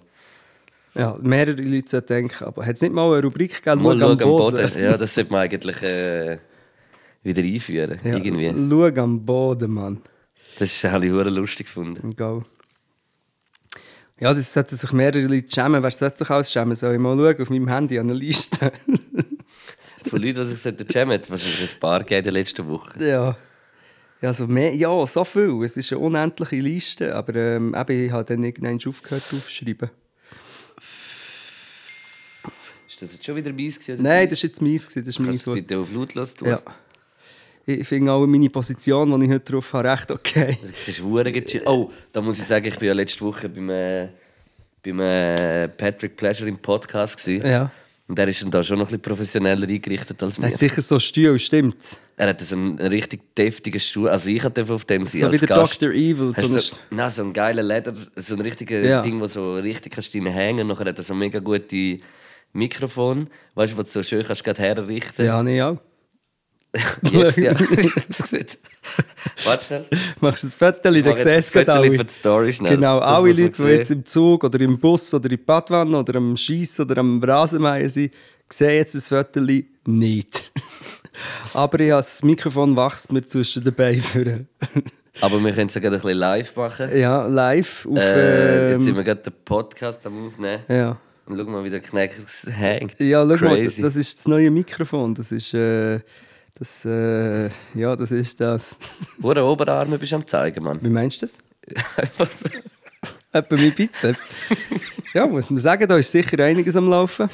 Speaker 4: Ja, mehrere Leute sollten denken, aber hat es nicht mal eine Rubrik gegeben?
Speaker 3: Mal
Speaker 4: «Schau
Speaker 3: schauen am Boden. Ja, das sollte man eigentlich äh, wieder einführen.
Speaker 4: Ja,
Speaker 3: Irgendwie.
Speaker 4: Schau am Boden, Mann.
Speaker 3: Das habe ich hure lustig gefunden.
Speaker 4: Egal. Ja, das sollten sich mehrere Leute schämen. Wer sollte sich alles schämen? Soll ich mal schauen auf meinem Handy an eine Liste?
Speaker 3: Von Leuten, die sich schämen, hat es wahrscheinlich ein paar gegeben in der letzten Woche.
Speaker 4: ja. Ja, also mehr, ja, so viel. Es ist eine unendliche Liste, aber ähm, eben, ich habe dann irgendwann aufgehört aufzuschreiben.
Speaker 3: Ist das jetzt schon wieder meins gewesen?
Speaker 4: Nein, das war jetzt meins. gewesen, Das ist
Speaker 3: Kannst
Speaker 4: meins.
Speaker 3: du es
Speaker 4: Wort.
Speaker 3: bitte auf laut lassen?
Speaker 4: Ja. Ich finde auch meine Position, die ich heute drauf habe, recht okay.
Speaker 3: Es Also, ist hure gechillt. Oh, da muss ich sagen, ich war ja letzte Woche beim, äh, beim äh, Patrick Pleasure im Podcast. Gewesen.
Speaker 4: Ja.
Speaker 3: Und er ist dann da schon noch ein bisschen professioneller eingerichtet als
Speaker 4: Er
Speaker 3: mir.
Speaker 4: hat sicher so Stuhl, stimmt.
Speaker 3: Er hat so einen richtig deftigen Stuhl. Also ich durfte auf dem sein
Speaker 4: So wie
Speaker 3: als
Speaker 4: der
Speaker 3: Gast.
Speaker 4: Dr. Evil.
Speaker 3: Hast
Speaker 4: So
Speaker 3: du
Speaker 4: eine
Speaker 3: so, nein, so ein geiler Leder, so ein richtiger
Speaker 4: Ja.
Speaker 3: Ding, wo so richtig kannst du hängen. Nachher hat er so mega gute Mikrofon, weißt du, wo du so schön kannst gerade herrichten.
Speaker 4: ja, nicht auch.
Speaker 3: Jetzt, ja. das sieht. Warte schnell.
Speaker 4: Machst du ein Viertel, dann
Speaker 3: Mach jetzt
Speaker 4: siehst du es
Speaker 3: ein Foto
Speaker 4: gerade alle.
Speaker 3: für die Story schnell.
Speaker 4: Genau,
Speaker 3: Das
Speaker 4: alle
Speaker 3: muss man
Speaker 4: Leute, die jetzt
Speaker 3: sehen.
Speaker 4: im Zug oder im Bus oder in der Badwanne oder am Scheiss oder am Rasenmähen sind, sehen jetzt das Foto nicht. Aber ich habe das Mikrofon wächst mir zwischen den Beinen. führen.
Speaker 3: Aber wir können es ja gerade ein bisschen live machen.
Speaker 4: ja, live auf...
Speaker 3: Äh,
Speaker 4: ähm,
Speaker 3: jetzt sind wir gerade den Podcast am Aufnehmen.
Speaker 4: ja.
Speaker 3: Und schau mal, wie der Kneckers hängt.
Speaker 4: ja, schau mal, das,
Speaker 3: Crazy.
Speaker 4: das ist das neue Mikrofon. Das ist... Äh, das, äh, ja, das ist das.
Speaker 3: Hure Oberarme bist du am zeigen, Mann.
Speaker 4: Wie meinst du das?
Speaker 3: Einfach so.
Speaker 4: Etwa mein Bizep. ja, muss man sagen, da ist sicher einiges am Laufen.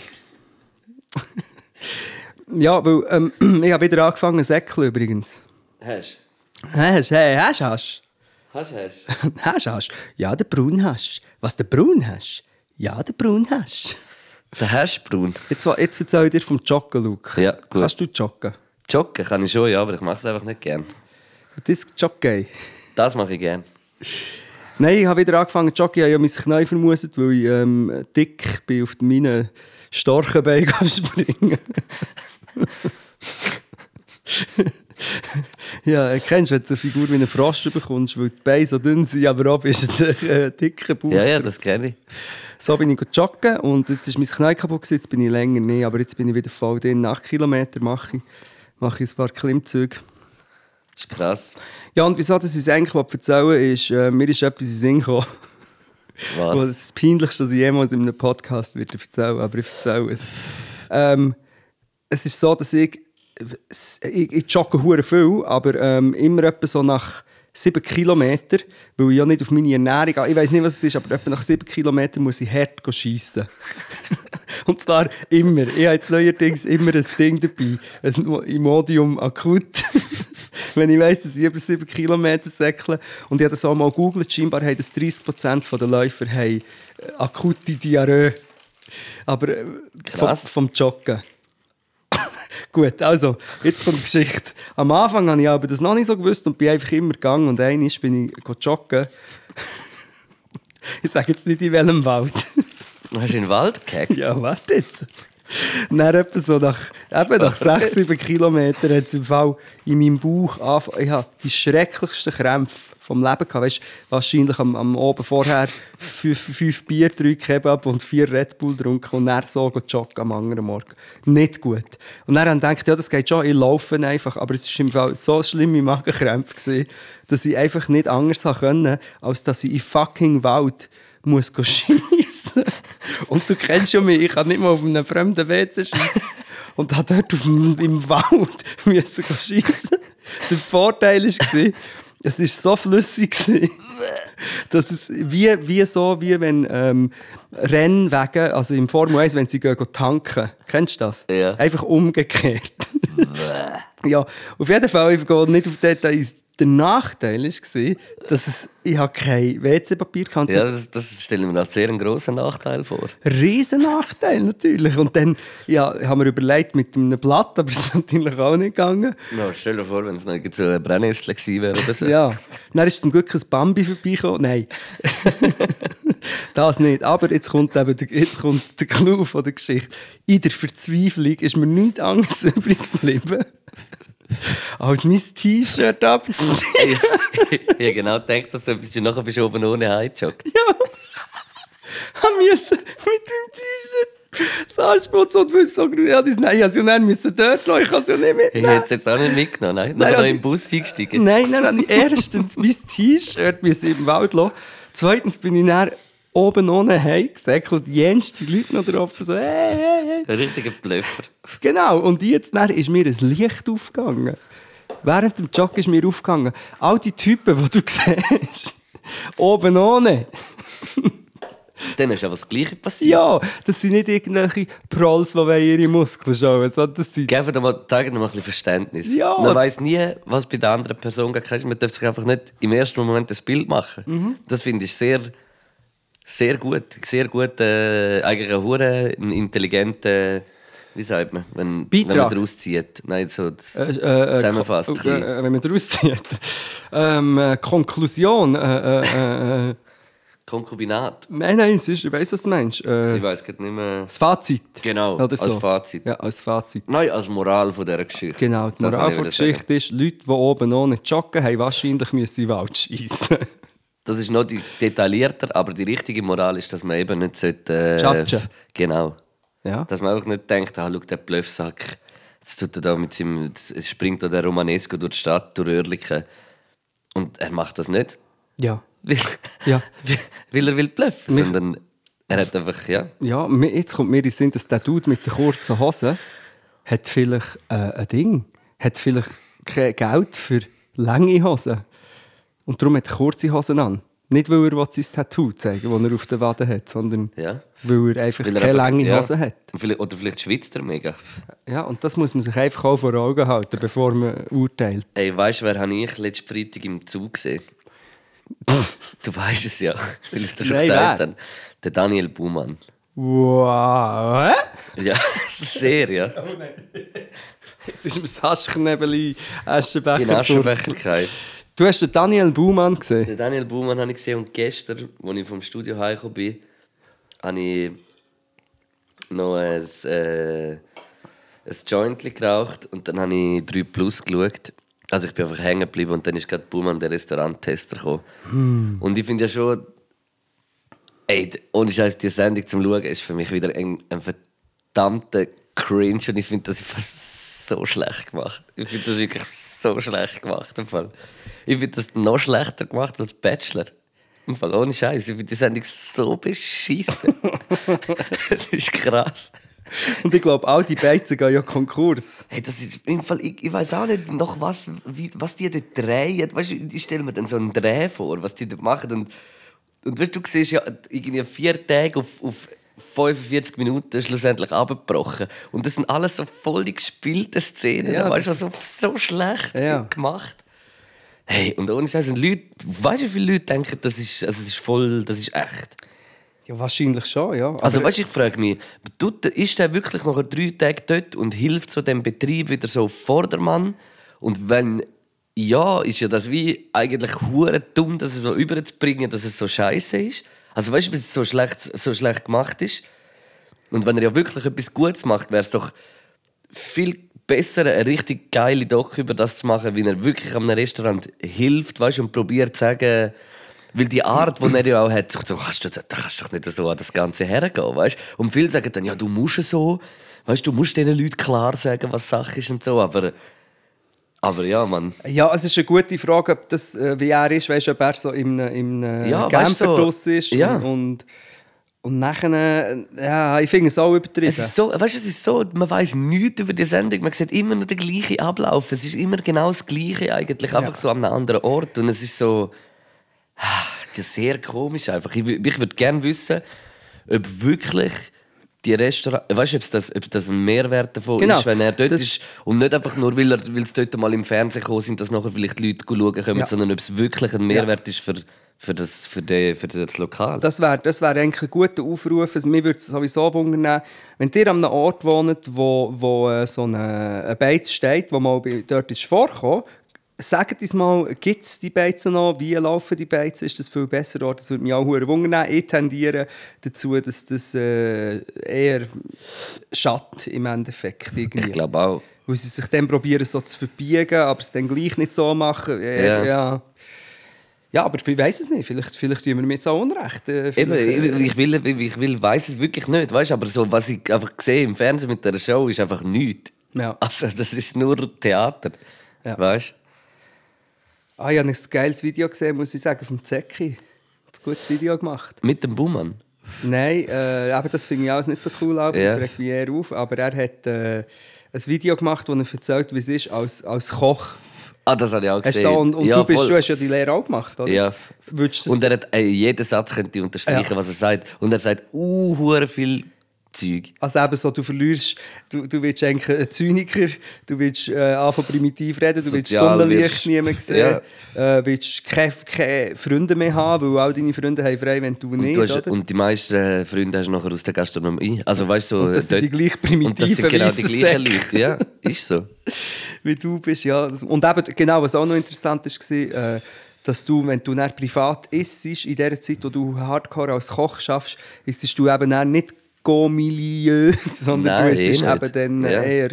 Speaker 4: ja, weil ähm, ich habe wieder angefangen zu säckeln übrigens.
Speaker 3: Hast
Speaker 4: Hast, hey, hast, hast.
Speaker 3: du? Hast du? hast
Speaker 4: Hast, hast. Ja, der Brun hast. Was, der Brun hast? Ja, der Brun hast.
Speaker 3: du? Den hast du, Braun.
Speaker 4: Jetzt, wa- jetzt erzähl ich dir vom Joggen, Luke.
Speaker 3: Ja, gut.
Speaker 4: Kannst du joggen?
Speaker 3: Joggen kann ich schon, ja, aber ich mache es einfach nicht gern.
Speaker 4: Das Joggen.
Speaker 3: Das mache ich gern.
Speaker 4: Nein, ich habe wieder angefangen zu joggen. Ich habe ja mein Knie vermutet, weil ich ähm, dick bin auf meinen starken Beinen springen. ja, äh, kennst du, wenn du eine Figur wie einen Frosch bekommst, weil die Beine so dünn sind, aber ab ist ein äh, dicker Bauch.
Speaker 3: Ja, ja, das kenne ich.
Speaker 4: So bin ich joggen und jetzt ist mein Knie kaputt, gewesen, jetzt bin ich länger nicht, aber jetzt bin ich wieder voll drin. 8 Kilometer mache ich, mache ich ein paar Klimmzüge.
Speaker 3: Das ist krass.
Speaker 4: Ja, und wieso das ich es eigentlich erzählen will, ist, äh, mir ist etwas in den Sinn gekommen. Wo
Speaker 3: Was?
Speaker 4: das Peinlichste, was ich jemals in einem Podcast würde erzählen aber ich erzähle es. Ähm, es ist so, dass ich, es- ich, ich jogge hure viel, aber ähm, immer etwa so nach 7 Kilometer, weil ich ja nicht auf meine Ernährung gehe. Ich weiß nicht, was es ist, aber etwa nach 7 Kilometern muss ich hart schiessen. Und zwar immer. Ich habe jetzt neuerdings immer ein Ding dabei. Ein Mo- Imodium akut. Wenn ich weiss, dass ich über 7 Kilometer säckle. Und ich habe das auch mal gegoogelt. Scheinbar haben das 30% der Läufer haben äh, akute Diarrhoe. Aber äh, vom,
Speaker 3: Krass.
Speaker 4: vom Joggen. Gut, also, jetzt kommt die Geschichte. Am Anfang habe ich aber das noch nicht so gewusst und bin einfach immer gegangen. Und einmal bin ich go joggen. Ich sage jetzt nicht in welchem Wald.
Speaker 3: Hast du in den Wald gehackt?
Speaker 4: ja, warte jetzt. Dann etwa so nach, eben nach 6, 7 Kilometern hat es im Fall in meinem Bauch angefangen. Ich hatte die schrecklichsten Krämpfe vom Leben. Gehabt. Weißt, wahrscheinlich am, am Abend vorher fünf, fünf Bier, drei Kebab und vier Red Bull getrunken und dann so go joggen am anderen Morgen. Nicht gut. Und dann habe ich gedacht, ja, das geht schon, ich laufe einfach. Aber es war im Fall so schlimme Magenkrämpfe, gewesen, dass ich einfach nicht anders haben können, als dass ich in fucking Wald muss go schiessen. Und du kennst ja mich, ich kann nicht mal auf einem fremden WC schiessen. Und hat dort auf dem, im Wald müssen go schiessen. Der Vorteil war, es war so flüssig, gewesen, dass es wie, wie so, wie wenn ähm, Rennwagen, also im Formel 1, wenn sie gehen, go tanken. Kennst du das?
Speaker 3: Ja.
Speaker 4: Einfach umgekehrt. Ja, auf jeden Fall, ich gehe nicht auf Details. Der Nachteil war, dass es, ich habe kein WC-Papier hatte.
Speaker 3: Ja, das, das stelle ich mir als sehr einen grossen Nachteil vor.
Speaker 4: Riesen Nachteil natürlich. Und dann ja, haben wir überlegt mit einem Blatt, aber es ist natürlich auch nicht gegangen.
Speaker 3: Ja, stell dir vor, wenn es noch irgend so eine Brennnessel gewesen wäre oder so.
Speaker 4: Ja, dann ist zum Glück ein Bambi vorbeigekommen. Nein, das nicht. Aber jetzt kommt eben der, jetzt kommt der Clou von der Geschichte. In der Verzweiflung ist mir nichts anderes übrig geblieben, als mein T-Shirt abzuziehen.
Speaker 3: ich habe genau gedacht, dass du etwas du nachher bist du oben ohne heimgejoggt.
Speaker 4: Ja. Ich musste mit meinem T-Shirt das Arschputz und wusste so grün. Ja, das, nein, ich musste es ja nicht müssen dort lassen. Ich kann es ja nicht
Speaker 3: Ich
Speaker 4: mitnehmen.
Speaker 3: hätte es jetzt auch nicht mitgenommen. Nein, nachher
Speaker 4: Nein,
Speaker 3: noch
Speaker 4: und-
Speaker 3: im Bus eingestiegen.
Speaker 4: Nein, nein, nein. Erstens, mein T-Shirt musste ich im Wald lassen. Zweitens bin ich dann oben ohne Heim gesäckelt. Jens, die Leute noch drauf. So, hey, hey, hey.
Speaker 3: Ein richtiger Blöffer.
Speaker 4: Genau, und jetzt dann ist mir ein Licht aufgegangen. Während dem Jog ist mir aufgegangen. All die Typen, die du siehst, oben ohne.
Speaker 3: Dann ist aber das Gleiche passiert.
Speaker 4: Ja, das sind nicht irgendwelche Prolls, die wollen ihre Muskeln schauen sondern das sind...
Speaker 3: Geben dir mal, zeigen dir mal ein bisschen Verständnis.
Speaker 4: Ja.
Speaker 3: Man weiß nie, was bei der anderen Person geht. Weisst du, Man darf sich einfach nicht im ersten Moment ein Bild machen.
Speaker 4: Mhm.
Speaker 3: Das finde ich sehr, sehr gut. Sehr gut, äh, eigentlich ein hure intelligenter, wie sagt man, wenn, wenn man
Speaker 4: Beitrag.
Speaker 3: daraus zieht. Nein, so das-
Speaker 4: Äh, äh, äh,
Speaker 3: Zusammenfasst,
Speaker 4: Ko-
Speaker 3: ein
Speaker 4: äh, äh, wenn man daraus zieht. Ähm, äh, Konklusion. Äh, äh, äh,
Speaker 3: Konkubinat.
Speaker 4: nein, nein, es ist, ich weiss, was du meinst. Äh,
Speaker 3: Ich weiß gerade nicht mehr.
Speaker 4: das Fazit.
Speaker 3: Genau,
Speaker 4: Oder
Speaker 3: als
Speaker 4: so.
Speaker 3: Fazit.
Speaker 4: Ja, als Fazit.
Speaker 3: Nein, als Moral von dieser Geschichte.
Speaker 4: Genau, die
Speaker 3: Das
Speaker 4: Moral
Speaker 3: wollte
Speaker 4: der
Speaker 3: ich sagen.
Speaker 4: Geschichte ist, Leute, die oben ohne joggen, haben wahrscheinlich müssen in den Wald schiessen.
Speaker 3: Das ist noch die- detaillierter, aber die richtige Moral ist, dass man eben nicht sollte... Äh,
Speaker 4: Judgen.
Speaker 3: Genau.
Speaker 4: ja.
Speaker 3: Dass man auch nicht denkt, ah, schau, der Bluffsack, jetzt tut er da mit seinem, jetzt- es springt da der Romanesco durch die Stadt, durch Oerlikon. Und er macht das nicht,
Speaker 4: ja.
Speaker 3: weil,
Speaker 4: Ja.
Speaker 3: weil er will bluffen, sondern er hat einfach, ja,
Speaker 4: Ja, mir- jetzt kommt mir in den Sinn, dass der Dude mit den kurzen Hosen hat vielleicht äh, ein Ding, hat vielleicht kein Geld für lange Hosen. Und darum hat er kurze Hosen an. Nicht, weil er will sein Tattoo zeigen will, das er auf der Wade hat, sondern
Speaker 3: ja.
Speaker 4: weil er einfach
Speaker 3: Weil er
Speaker 4: keine
Speaker 3: einfach-
Speaker 4: lange
Speaker 3: ja.
Speaker 4: Hosen hat.
Speaker 3: Und vielleicht- Oder vielleicht schwitzt er mega.
Speaker 4: Ja, und das muss man sich einfach auch vor Augen halten, bevor man urteilt.
Speaker 3: Ey, weißt du, wer habe ich letzten Freitag im Zug gesehen? du weißt es ja, weil ich es dir schon
Speaker 4: Nein,
Speaker 3: gesagt
Speaker 4: wer?
Speaker 3: habe. Der Daniel Buhmann.
Speaker 4: Wow! hä?
Speaker 3: Ja, sehr, ja.
Speaker 4: Jetzt ist mir das Haschknebeli Aschenbecher.
Speaker 3: In Aschenbecherkeit.
Speaker 4: Du hast den Daniel Baumann gesehen.
Speaker 3: Den Daniel Baumann habe ich gesehen und gestern, als ich vom Studio heimgekommen bin, habe ich noch ein, äh, ein Joint geraucht und dann habe ich 3 Plus geschaut. Also ich bin einfach hängen geblieben und dann ist gerade Baumann, der Restauranttester, gekommen. Und ich finde ja schon, ey, d- ohne Scheiß, die Sendung zum Schauen ist für mich wieder ein, ein verdammter Cringe und ich finde das einfach so schlecht gemacht. Ich finde das wirklich so schlecht gemacht. Im Fall. Ich finde das noch schlechter gemacht als Bachelor. Im Fall ohne Scheiß. Ich finde die Sendung so beschissen. das ist krass.
Speaker 4: Und ich glaube, all die Beizen gehen ja Konkurs.
Speaker 3: Hey, das ist im Fall, ich, ich weiß auch nicht noch, was, wie, was die dort drehen. Weißt du, ich stelle mir dann so einen Dreh vor, was die dort machen. Und, und weißt, du du siehst ja irgendwie vier Tage auf, auf 45 Minuten schlussendlich abgebrochen. Und das sind alles so voll die gespielten Szenen.
Speaker 4: Ja,
Speaker 3: weißt du, so, so schlecht
Speaker 4: Ja.
Speaker 3: gemacht. Hey, und ohne Scheiß, und Leute, weißt du, wie viele Leute denken, das ist, also das ist voll, das ist echt.
Speaker 4: Ja, wahrscheinlich schon, ja.
Speaker 3: Also,
Speaker 4: Aber-
Speaker 3: weißt du, ich frage mich, tut, der- ist der wirklich nach drei Tagen dort und hilft so dem Betrieb wieder so auf Vordermann? Und wenn ja, ist ja das wie eigentlich hure dumm, das so überzubringen, dass es so scheiße ist. Also, weißt du, wenn es so schlecht, so schlecht gemacht ist? Und wenn er ja wirklich etwas Gutes macht, wäre es doch viel besser, eine richtig geile Doc über das zu machen, wie er wirklich am Restaurant hilft, weißt, und probiert zu sagen, weil die Art, die er ja auch hat, so, so kannst du, da kannst du doch nicht so an das Ganze hergehen, weißt? Und viele sagen dann, ja, du musst es so, weißt, du musst diesen Leuten klar sagen, was Sache ist und so, aber, aber ja, man.
Speaker 4: Ja, es ist eine gute Frage, ob das, äh, wie er ist, weißt du, ob er so im, im
Speaker 3: Ja,
Speaker 4: Camper
Speaker 3: weisst du, so-
Speaker 4: draus ist
Speaker 3: ja.
Speaker 4: und, und, und nachher, äh, ja, ich finde es auch übertrieben.
Speaker 3: Es ist so, weißt, es ist so, man weiß nichts über die Sendung, man sieht immer nur den gleichen Ablauf. Es ist immer genau das Gleiche eigentlich, einfach so an einem anderen Ort. Und es ist so ah, sehr komisch einfach. Ich, wü- ich würde gerne wissen, ob wirklich die Restaurants, weißt du, ob das, ob das ein Mehrwert davon
Speaker 4: Genau,
Speaker 3: ist, wenn er dort
Speaker 4: das-
Speaker 3: ist und nicht einfach nur, weil er- weil es dort mal im Fernsehen gekommen sind, dass nachher vielleicht Leute schauen können,
Speaker 4: Ja.
Speaker 3: sondern ob es wirklich ein Mehrwert ist für, für, das, für, die, für das Lokal.
Speaker 4: Das wäre das wär eigentlich ein guter Aufruf. Also, Mir würde es sowieso wundern, wenn ihr an einem Ort wohnt, wo, wo äh, so eine, eine Beiz steht, wo mal bei- dort ist vorgekommen, sagt uns mal, gibt es die Beizen noch? Wie laufen die Beizen? Ist das viel besser dort? Das würde mich auch verdammt wundern. Ich tendiere dazu, dass das äh, eher Schatt im Endeffekt irgendwie.
Speaker 3: ich glaube auch.
Speaker 4: Weil sie sich dann probieren so zu verbiegen, aber es dann gleich nicht so machen. Äh,
Speaker 3: Ja.
Speaker 4: ja. ja, aber ich weiß es nicht. Vielleicht, vielleicht tun wir mir jetzt auch Unrecht. Äh, vielleicht,
Speaker 3: Eben,
Speaker 4: äh,
Speaker 3: ich, ich will, ich will weiß es wirklich nicht, weißt, aber so, was ich einfach sehe im Fernsehen mit der Show ist einfach nichts.
Speaker 4: Ja.
Speaker 3: Also das ist nur Theater,
Speaker 4: Ja.
Speaker 3: weißt?
Speaker 4: Ah, ich habe ein geiles Video gesehen, muss ich sagen, vom Zeki. Hat ein gutes Video gemacht.
Speaker 3: Mit dem Buhmann.
Speaker 4: Nein, äh, aber das finde ich alles nicht so cool, aber
Speaker 3: Ja.
Speaker 4: das regt mich eher auf. Aber er hat äh, ein Video gemacht, wo er erzählt, wie es ist als, als Koch.
Speaker 3: Ah, das habe ich auch
Speaker 4: Hast du
Speaker 3: gesehen.
Speaker 4: so, und und
Speaker 3: Ja,
Speaker 4: du, bist,
Speaker 3: voll.
Speaker 4: du hast ja die Lehre auch gemacht, oder?
Speaker 3: Ja.
Speaker 4: Würdest du das
Speaker 3: Und er hat ey, jeden Satz könnte ich unterstreichen,
Speaker 4: Ja.
Speaker 3: was er sagt. Und er sagt uh, hure viel Zeug.
Speaker 4: Also eben so, dus du verlierst, du, du willst eigentlich ein Zyniker, du willst äh, anfangen primitiv reden, du willst
Speaker 3: Sozial
Speaker 4: Sonnenlicht
Speaker 3: wirst-
Speaker 4: niemand sehen, äh, willst keine, keine Freunde mehr haben, weil all deine Freunde haben frei, wenn du
Speaker 3: Und,
Speaker 4: nicht,
Speaker 3: du hast,
Speaker 4: oder?
Speaker 3: und die meisten äh, Freunde hast du nachher aus der Gastronomie. Also weißt du, so,
Speaker 4: Und das sind
Speaker 3: dort-
Speaker 4: die gleich primitiven
Speaker 3: Und das sind genau die
Speaker 4: weissen
Speaker 3: gleichen Leute.
Speaker 4: Säcke.
Speaker 3: Ja, ist so.
Speaker 4: Wie du bist, ja. Das- Und eben, genau, was auch noch interessant ist, war, äh, dass du, wenn du dann privat isst, in der Zeit, wo du hardcore als Koch schaffst, isst du eben dann nicht Go-Milieu, sondern
Speaker 3: Nein,
Speaker 4: du isst
Speaker 3: eh nicht.
Speaker 4: eben dann
Speaker 3: Ja.
Speaker 4: eher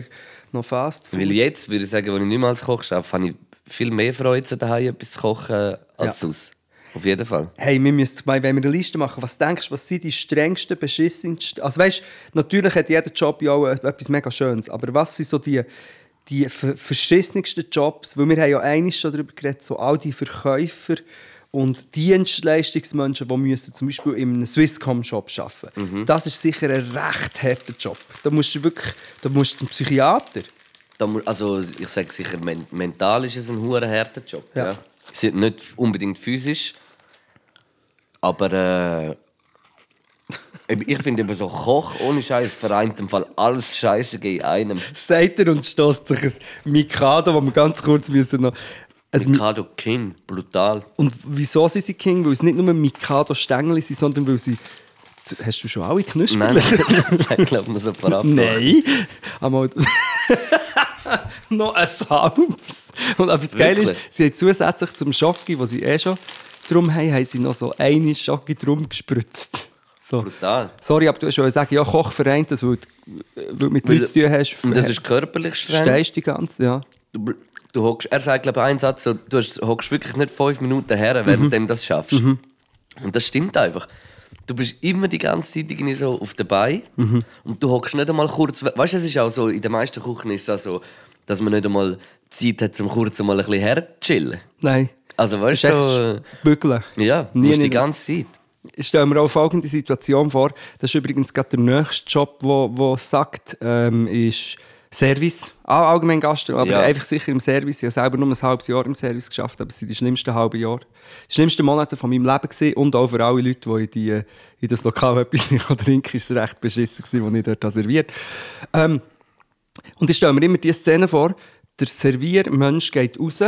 Speaker 4: noch Fast Food.
Speaker 3: Weil jetzt würde ich sagen, wenn ich nicht mehr als Koch arbeite, habe ich viel mehr Freude, zu Hause etwas zu kochen als
Speaker 4: Ja.
Speaker 3: sonst. Auf jeden Fall.
Speaker 4: Hey, wir müssen mal, wenn wir eine Liste machen, was denkst du, was sind die strengsten, beschissensten... Also weißt, natürlich hat jeder Job ja auch e-, etwas mega Schönes, aber was sind so die, die ver- verschissensten Jobs? Weil wir haben ja einiges schon darüber geredet, so all die Verkäufer und Dienstleistungsmenschen, die müssen zum Beispiel in einem Swisscom-Shop arbeiten. Das ist sicher ein recht harter Job. Da musst du wirklich... Da musst du zum Psychiater.
Speaker 3: Da mu- also ich sage sicher, men mental ist es ein hoher harter Job.
Speaker 4: Ja.
Speaker 3: Ja. Es ist nicht unbedingt physisch, aber äh, eben, ich finde eben so Koch ohne Scheiß vereint im Fall alles Scheiße gegen einem.
Speaker 4: Sagt er und stößt sich ein Mikado, das wir ganz kurz müssen noch... also ein
Speaker 3: Mikado King, brutal.
Speaker 4: Und wieso sind sie King? Weil es nicht nur Mikado Stängel sind, sondern weil sie. Z- Hast du schon alle
Speaker 3: Nein,
Speaker 4: Knusperle?
Speaker 3: ich glaube, man so ein paar abmachen.
Speaker 4: Nein! Einmal. noch ein Salz. Und aber das Geile ist,
Speaker 3: Wirklich?
Speaker 4: sie haben zusätzlich zum Schocke, den sie eh schon drum haben, haben sie noch so eine Schocke drum gespritzt. So.
Speaker 3: Brutal.
Speaker 4: Sorry, aber du hast schon gesagt, ja, Koch vereint das, weil, du- weil du mit Leuten zu tun hast.
Speaker 3: Und das ist körperlich streng.
Speaker 4: Stehst du die ganze, ja.
Speaker 3: du, du hockst, er sagt glaube ich einen Satz, so, du hast- hockst wirklich nicht fünf Minuten her,
Speaker 4: Mhm.
Speaker 3: während du das schaffst. Und das stimmt einfach. Du bist immer die ganze Zeit irgendwie so auf der Beine
Speaker 4: Mhm.
Speaker 3: und du hockst nicht einmal kurz. we- Weißt du, es ist auch so, in den meisten Küchen ist es auch so, dass man nicht einmal Zeit hat, um kurz mal ein bisschen herzuchillen.
Speaker 4: Nein.
Speaker 3: Also weißt
Speaker 4: Das ist
Speaker 3: du,
Speaker 4: echt
Speaker 3: so,
Speaker 4: Bügeln.
Speaker 3: ja,
Speaker 4: Nie,
Speaker 3: musst
Speaker 4: nie,
Speaker 3: die
Speaker 4: nie.
Speaker 3: ganze Zeit.
Speaker 4: Ich stelle mir auch folgende Situation vor. Das ist übrigens gerade der nächste Job, wo, wo es sagt, ähm, ist Service, ah, allgemein Gastro, aber
Speaker 3: Ja.
Speaker 4: einfach sicher im Service. Ich habe selber nur ein halbes Jahr im Service geschafft, aber es waren die schlimmsten halben Jahre. Die schlimmsten Monate von meinem Leben gewesen. und auch für alle Leute, die in, die, in das Lokal etwas nicht trinken, ist es recht beschissen gewesen, was ich dort habe serviert ähm, Und ich stelle mir immer diese Szene vor, der Serviermensch geht raus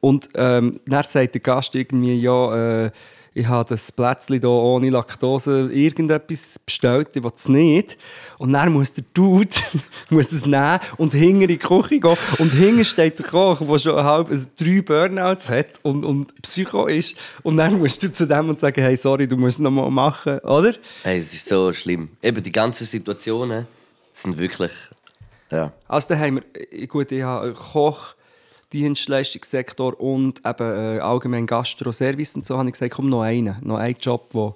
Speaker 4: und ähm, dann sagt der Gast irgendwie, ja, äh, ich habe das Plätzchen hier ohne Laktose irgendetwas bestellt, ich will es nicht. Und dann muss der Dude muss es nehmen und hinter in die Küche gehen. Und hinten steht der Koch, der schon halb also drei Burnouts hat und, und Psycho ist. Und dann musst du zu dem und sagen, hey, sorry, du musst es nochmal machen, oder?
Speaker 3: Hey, es ist so schlimm. Eben, die ganzen Situationen sind wirklich. Ja.
Speaker 4: Also dann haben wir, äh, gut, ich habe einen Koch, Dienstleistungssektor und eben äh, allgemein Gastro-Service und so, habe ich gesagt, komm, noch einen, noch einen Job, wo...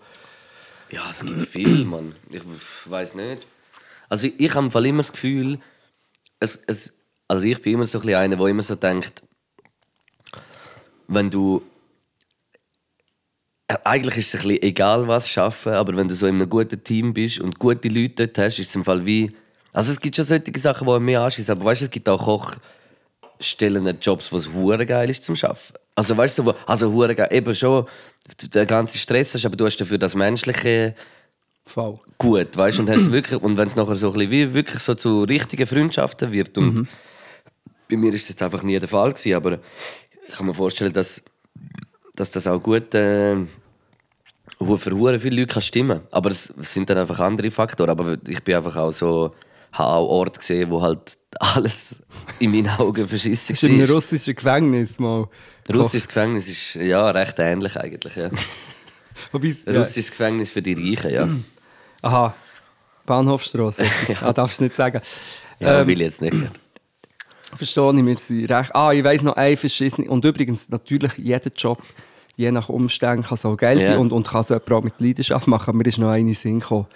Speaker 3: Ja, es gibt viel, Mann. Ich weiß nicht. Also ich, ich habe im Fall immer das Gefühl, es, es, also ich bin immer so ein bisschen einer, der immer so denkt, wenn du äh, eigentlich ist es ein bisschen egal, was schaffen, aber wenn du so in einem guten Team bist und gute Leute dort hast, ist es im Fall wie also es gibt schon solche Sachen, die mir anschießen, aber weißt du, es gibt auch Koch Stellen an Jobs, wo es hure geil ist zum Schaffen. Also weißt du, wo, also hure geil, eben schon der ganze Stress hast, aber du hast dafür das menschliche
Speaker 4: Voll.
Speaker 3: gut, weißt und hast wirklich und wenn es nachher so ein bisschen wie wirklich so zu richtigen Freundschaften wird und
Speaker 4: Mhm.
Speaker 3: bei mir ist es jetzt einfach nie der Fall gewesen, aber ich kann mir vorstellen, dass, dass das auch gut äh, wo für hure viele Leute kann stimmen, aber es sind dann einfach andere Faktoren, aber ich bin einfach auch so habe auch Orte gesehen, wo halt alles in meinen Augen verschissen
Speaker 4: Das ist in einem
Speaker 3: war.
Speaker 4: russischen Gefängnis mal...
Speaker 3: Russisches Gefängnis ist ja recht ähnlich eigentlich. Ja.
Speaker 4: gekocht. Wobei es- ja.
Speaker 3: Russisches Gefängnis für die Reichen, ja.
Speaker 4: Aha, Bahnhofstrasse. ah, darfst du nicht sagen.
Speaker 3: ja
Speaker 4: Ähm,
Speaker 3: will ich jetzt nicht.
Speaker 4: Verstehe ich, wir sind recht. Ah, ich weiss noch, ein verschissene. Und übrigens, natürlich, jeder Job, je nach Umständen, kann so geil
Speaker 3: Ja.
Speaker 4: sein und, und kann so jemand auch mit Leidenschaft machen. Mir ist noch eine in den Sinn gekommen.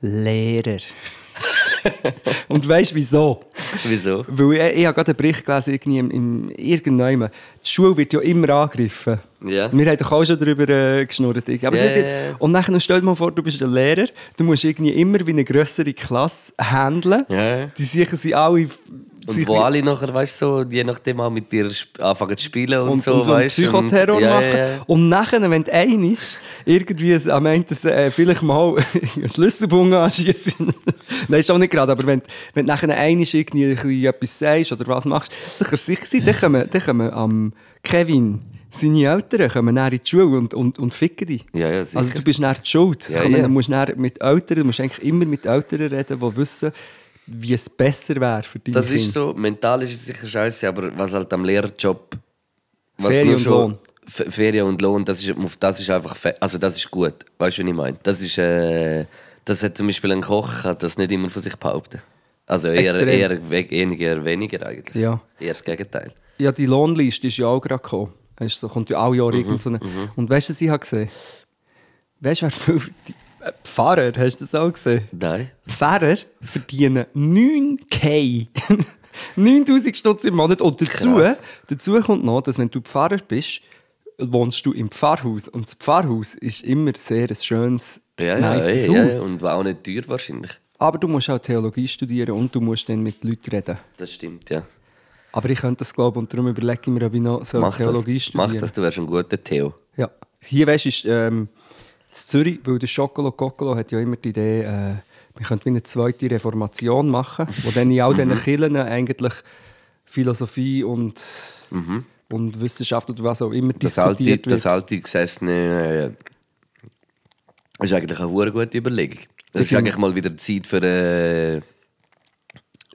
Speaker 4: Lehrer. und weißt du wieso?
Speaker 3: Wieso?
Speaker 4: Weil ich, ich habe gerade einen Bericht gelesen, irgendwie im, im, irgendjemand. Die Schule wird ja immer angegriffen.
Speaker 3: Ja.
Speaker 4: Wir haben doch auch schon darüber äh, geschnurrt. irgendwie. Aber es
Speaker 3: Ja,
Speaker 4: wird-
Speaker 3: ja, ja.
Speaker 4: Und nachher stell dir mal vor, du bist ein Lehrer, du musst irgendwie immer wie eine größere Klasse handeln.
Speaker 3: Ja, ja.
Speaker 4: Die sicher sind alle...
Speaker 3: Und
Speaker 4: sicher-
Speaker 3: wo alle nachher, weißt du, so, je nachdem auch mit dir sp- anfangen zu spielen und,
Speaker 4: und,
Speaker 3: so,
Speaker 4: und, und
Speaker 3: weißt du.
Speaker 4: Psychoterror
Speaker 3: und, ja,
Speaker 4: machen.
Speaker 3: Ja, ja.
Speaker 4: Und nachher, wenn du ein ist, irgendwie es- am Ende äh, vielleicht mal einen Schlüsselbund anschießen. Nein, ist auch nicht gerade, aber wenn, wenn du nachher ein ist, irgendwie ein bisschen etwas sagst oder was machst, dann kannst du sicher sein, dann kommen, dann kommen am Kevin, seine Eltern, kommen nachher in die Schule und, und, und ficken dich.
Speaker 3: Ja, ja, sicher.
Speaker 4: Also du bist nachher die schuld.
Speaker 3: Ja,
Speaker 4: Ja, kommen,
Speaker 3: ja.
Speaker 4: Du musst nachher mit Eltern, du musst eigentlich immer mit Eltern reden, die wissen, wie es besser wäre für dich.
Speaker 3: Das ist so, mental ist es sicher scheiße, aber was halt am Lehrerjob. Was
Speaker 4: Ferien
Speaker 3: nur
Speaker 4: und
Speaker 3: schon-
Speaker 4: Lohn.
Speaker 3: F Ferien und Lohn, das ist, auf das ist einfach. fe- Also, das ist gut. Weißt du, was ich meine? Das ist. Äh, das hat zum Beispiel ein Koch, hat das nicht immer von sich behaupten. Also, eher,
Speaker 4: Extrem.
Speaker 3: eher we- weniger, weniger eigentlich.
Speaker 4: Ja.
Speaker 3: Eher das Gegenteil.
Speaker 4: Ja, die Lohnliste ist ja auch gerade gekommen. Weißt, so kommt ja alle Jahre
Speaker 3: Mhm,
Speaker 4: irgend so eine. Und weißt du, was ich habe gesehen Weißt du, wer viel verdient? Äh, Pfarrer, hast du das auch gesehen?
Speaker 3: Nein.
Speaker 4: Pfarrer verdienen 9K. 9000 Stutz im Monat. Und dazu,
Speaker 3: Krass.
Speaker 4: dazu kommt noch, dass wenn du Pfarrer bist, wohnst du im Pfarrhaus. Und das Pfarrhaus ist immer sehr ein schönes,
Speaker 3: Ja, ja,
Speaker 4: nice
Speaker 3: ey,
Speaker 4: Haus.
Speaker 3: ja, ja. Und war auch nicht teuer wahrscheinlich.
Speaker 4: Aber du musst auch Theologie studieren und du musst dann mit Leuten reden.
Speaker 3: Das stimmt, ja.
Speaker 4: Aber ich könnte das glauben und darum überlege ich mir, ob ich noch so
Speaker 3: Mach
Speaker 4: Theologie
Speaker 3: das.
Speaker 4: studieren
Speaker 3: Mach das, du wärst ein guter Theo.
Speaker 4: Ja. Hier weißt du, ist ähm, in Zürich, weil der Schokolo Kokolo hat ja immer die Idee, äh, man könnte wie eine zweite Reformation machen, wo dann in all
Speaker 3: Mhm.
Speaker 4: diesen Kirchen eigentlich Philosophie und, und Wissenschaft oder was auch immer
Speaker 3: Mhm. Das alte,
Speaker 4: diskutiert
Speaker 3: das
Speaker 4: wird.
Speaker 3: alte Gesessene äh, ist eigentlich eine hure gute Überlegung. Das ist
Speaker 4: finde-
Speaker 3: eigentlich mal wieder Zeit für. Äh,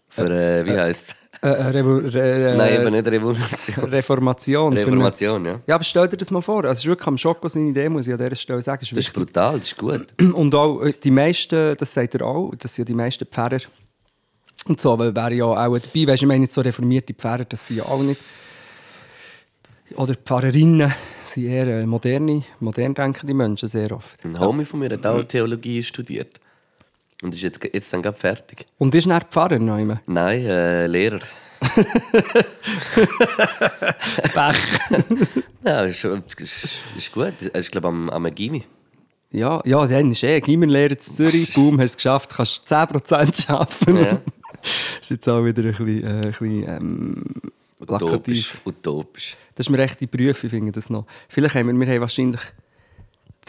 Speaker 3: für äh, wie heißt es?
Speaker 4: Äh, äh, Revo- Re- äh,
Speaker 3: Nein, eben nicht Revolution.
Speaker 4: Reformation. für eine-
Speaker 3: Reformation, ja.
Speaker 4: Ja, aber stell dir das mal vor. Also, es ist wirklich am Schoko seine Idee, muss ich an dieser Stelle sagen. Es ist
Speaker 3: Das ist brutal, das ist gut.
Speaker 4: Und auch äh, die meisten, das sagt er auch, das sind ja die meisten Pfarrer. Und so weil wäre ja auch dabei. Weißt, du, ich meine, jetzt so reformierte Pfarrer, das sind ja auch nicht. Oder Pfarrerinnen sind eher äh, moderne, modern denkende Menschen sehr oft.
Speaker 3: Ein Homie von mir hat auch Theologie studiert. Und ist jetzt, jetzt dann gerade fertig.
Speaker 4: Und ist dann Pfarrer noch immer?
Speaker 3: Nein, äh, Lehrer. Nein, ist, ist, ist gut. Ich glaube, am, am Gimmi.
Speaker 4: Ja, ja, dann ist eh Gimmerlehrer zu Zürich. Boom, hast es geschafft, kannst 10% arbeiten.
Speaker 3: Ja.
Speaker 4: ist jetzt auch wieder ein bisschen, äh, ein bisschen ähm, plakativ.
Speaker 3: Utopisch. Utopisch.
Speaker 4: Das ist mir echt die Prüfe, finde ich das noch. Vielleicht haben wir, wir haben wahrscheinlich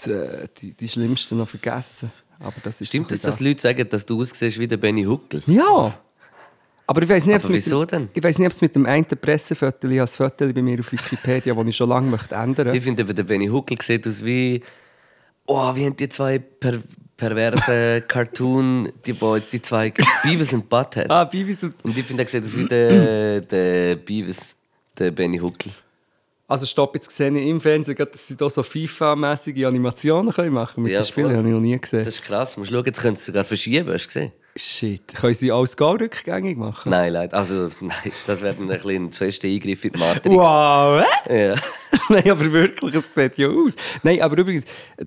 Speaker 4: die, äh, die, die schlimmsten noch vergessen. Aber das ist
Speaker 3: Stimmt
Speaker 4: so
Speaker 3: es,
Speaker 4: ein
Speaker 3: dass
Speaker 4: bisschen
Speaker 3: Leute sagen, dass du aussiehst wie der Benny Huckel?
Speaker 4: Ja! Aber ich weiß nicht, ob es
Speaker 3: Aber
Speaker 4: mit,
Speaker 3: wieso
Speaker 4: dem-
Speaker 3: denn?
Speaker 4: ich weiss nicht, ob es mit dem einen Pressefoto, ich habe ein Foto bei mir auf Wikipedia, das ich schon lange möchte ändern
Speaker 3: Ich finde, aber der Benny Huckel sieht aus wie. Oh, wie haben die zwei per perverse Cartoon, die Boys, die zwei Beavis und Butthead.
Speaker 4: Ah, Bibis und...
Speaker 3: Und ich finde, er sieht aus wie der, der Beavis, der Benny Huckel.
Speaker 4: Also stopp, jetzt sehe ich im Fernsehen, gerade, dass sie da so FIFA-mässige Animationen können machen mit
Speaker 3: Ja,
Speaker 4: den Spielen,
Speaker 3: voll.
Speaker 4: habe ich noch nie gesehen.
Speaker 3: Das ist krass. Du musst schauen, jetzt können sie sogar verschieben. Hast du gesehen?
Speaker 4: Shit. Können sie alles gar rückgängig machen?
Speaker 3: Nein, leider. Also, nein, das wäre dann ein bisschen ein fester Eingriff in die Matrix.
Speaker 4: Wow, hä?
Speaker 3: Ja.
Speaker 4: Nein, aber wirklich, es sieht ja aus. Nein, aber übrigens,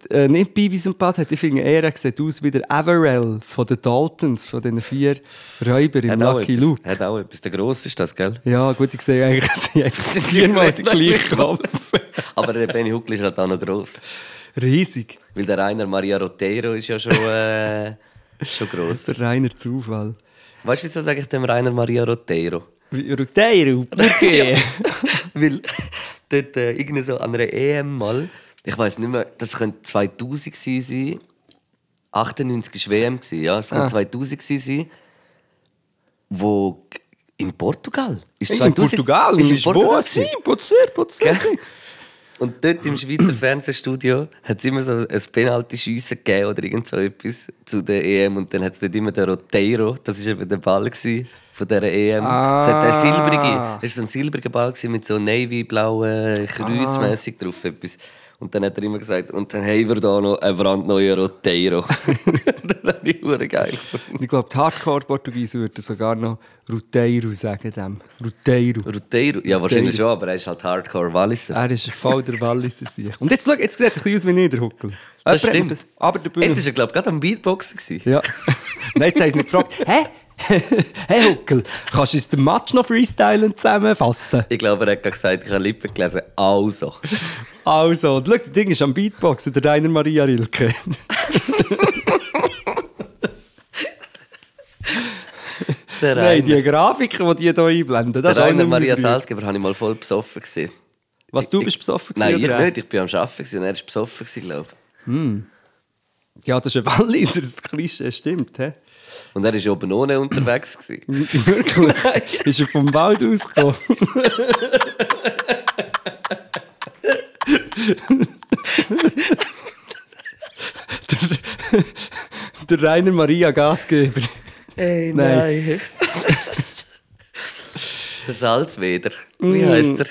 Speaker 4: äh, nicht Beavis und Butthead, ich finde eher, er sieht aus wie der Averell von den Daltons, von den vier Räubern im
Speaker 3: Hat auch,
Speaker 4: Lucky
Speaker 3: etwas,
Speaker 4: Luke.
Speaker 3: hat auch etwas. Der Grosse ist das, gell?
Speaker 4: Ja, gut, ich sehe eigentlich, sie haben viermal den gleichen Kopf.
Speaker 3: Aber der Benny Huckel ist halt auch noch gross.
Speaker 4: Riesig.
Speaker 3: Weil der Rainer Maria Rotero ist ja schon, äh, schon gross.
Speaker 4: Der reiner Zufall.
Speaker 3: Weißt du, wieso sage ich dem Rainer Maria Rotero?
Speaker 4: Wie Roteiro.
Speaker 3: Ja. Weil dort äh, irgendwie so an einer EM mal, ich weiß nicht mehr, das könnte 2000 gewesen sein. 98 war WM, gewesen, ja, es könnte
Speaker 4: Ah.
Speaker 3: 2000 gewesen sein. Wo in Portugal? Ist
Speaker 4: In Portugal,
Speaker 3: ist
Speaker 4: in
Speaker 3: in Portugal
Speaker 4: Lisboa.
Speaker 3: gewesen.
Speaker 4: Sim, pode ser, pode ser.
Speaker 3: Gell? Und dort im Schweizer Fernsehstudio hat es immer so ein Penalty-Schiessen gegeben oder irgend so etwas zu der EM. Und dann hat es dort immer den Roteiro, das war eben der Ball gewesen von dieser EM.
Speaker 4: Ah.
Speaker 3: Es hat der silbrige, das war so ein silbriger Ball gewesen mit so navy-blauen Kreuzmäßig
Speaker 4: Ah.
Speaker 3: drauf. Etwas. Und dann hat er immer gesagt, und dann haben wir da noch einen brandneuen Roteiro. das fand ich hure geil.
Speaker 4: Und ich glaube, die Hardcore-Portugiesen würden sogar noch Roteiro sagen. Dem. Roteiro.
Speaker 3: Roteiro, ja wahrscheinlich
Speaker 4: Roteiro.
Speaker 3: schon, aber er ist halt Hardcore-Walliser.
Speaker 4: Er ist voll der Walliser sich. Und jetzt, schau, jetzt sieht er ein bisschen aus wie Niederhuckel.
Speaker 3: Das
Speaker 4: Jemand hat mir
Speaker 3: stimmt.
Speaker 4: aber der Bühne...
Speaker 3: Jetzt war er, glaube ich, gerade am Beatboxen. gewesen.
Speaker 4: ja. Nein, jetzt haben sie nicht gefragt. Hä? hey Huckel, kannst du uns den Match noch freestylen zusammenfassen?
Speaker 3: Ich glaube, er hat gerade gesagt, ich habe Lippen gelesen. Also.
Speaker 4: Also, und schau, das Ding ist am Beatboxen, der Rainer Maria Rilke.
Speaker 3: Der
Speaker 4: Nein,
Speaker 3: Rainer,
Speaker 4: die Grafiken, die die hier einblenden, das
Speaker 3: der
Speaker 4: ist auch
Speaker 3: Rainer
Speaker 4: nicht mehr
Speaker 3: Maria
Speaker 4: früher.
Speaker 3: Salzgeber habe ich mal voll besoffen gesehen.
Speaker 4: Was, du bist besoffen
Speaker 3: Nein,
Speaker 4: gewesen,
Speaker 3: ich
Speaker 4: oder er?
Speaker 3: nicht. Ich bin am Arbeiten gewesen und er war besoffen, gewesen, glaube ich.
Speaker 4: Ja, das ist ein Walliser, das Klischee stimmt. He?
Speaker 3: Und er war oben ohne unterwegs. Gewesen.
Speaker 4: Wirklich? Ist er vom Wald ausgekommen? der, der Rainer Maria Gasgeber.
Speaker 3: Ey,
Speaker 4: nein.
Speaker 3: der Salzweder. Wie
Speaker 4: Mm.
Speaker 3: heißt er?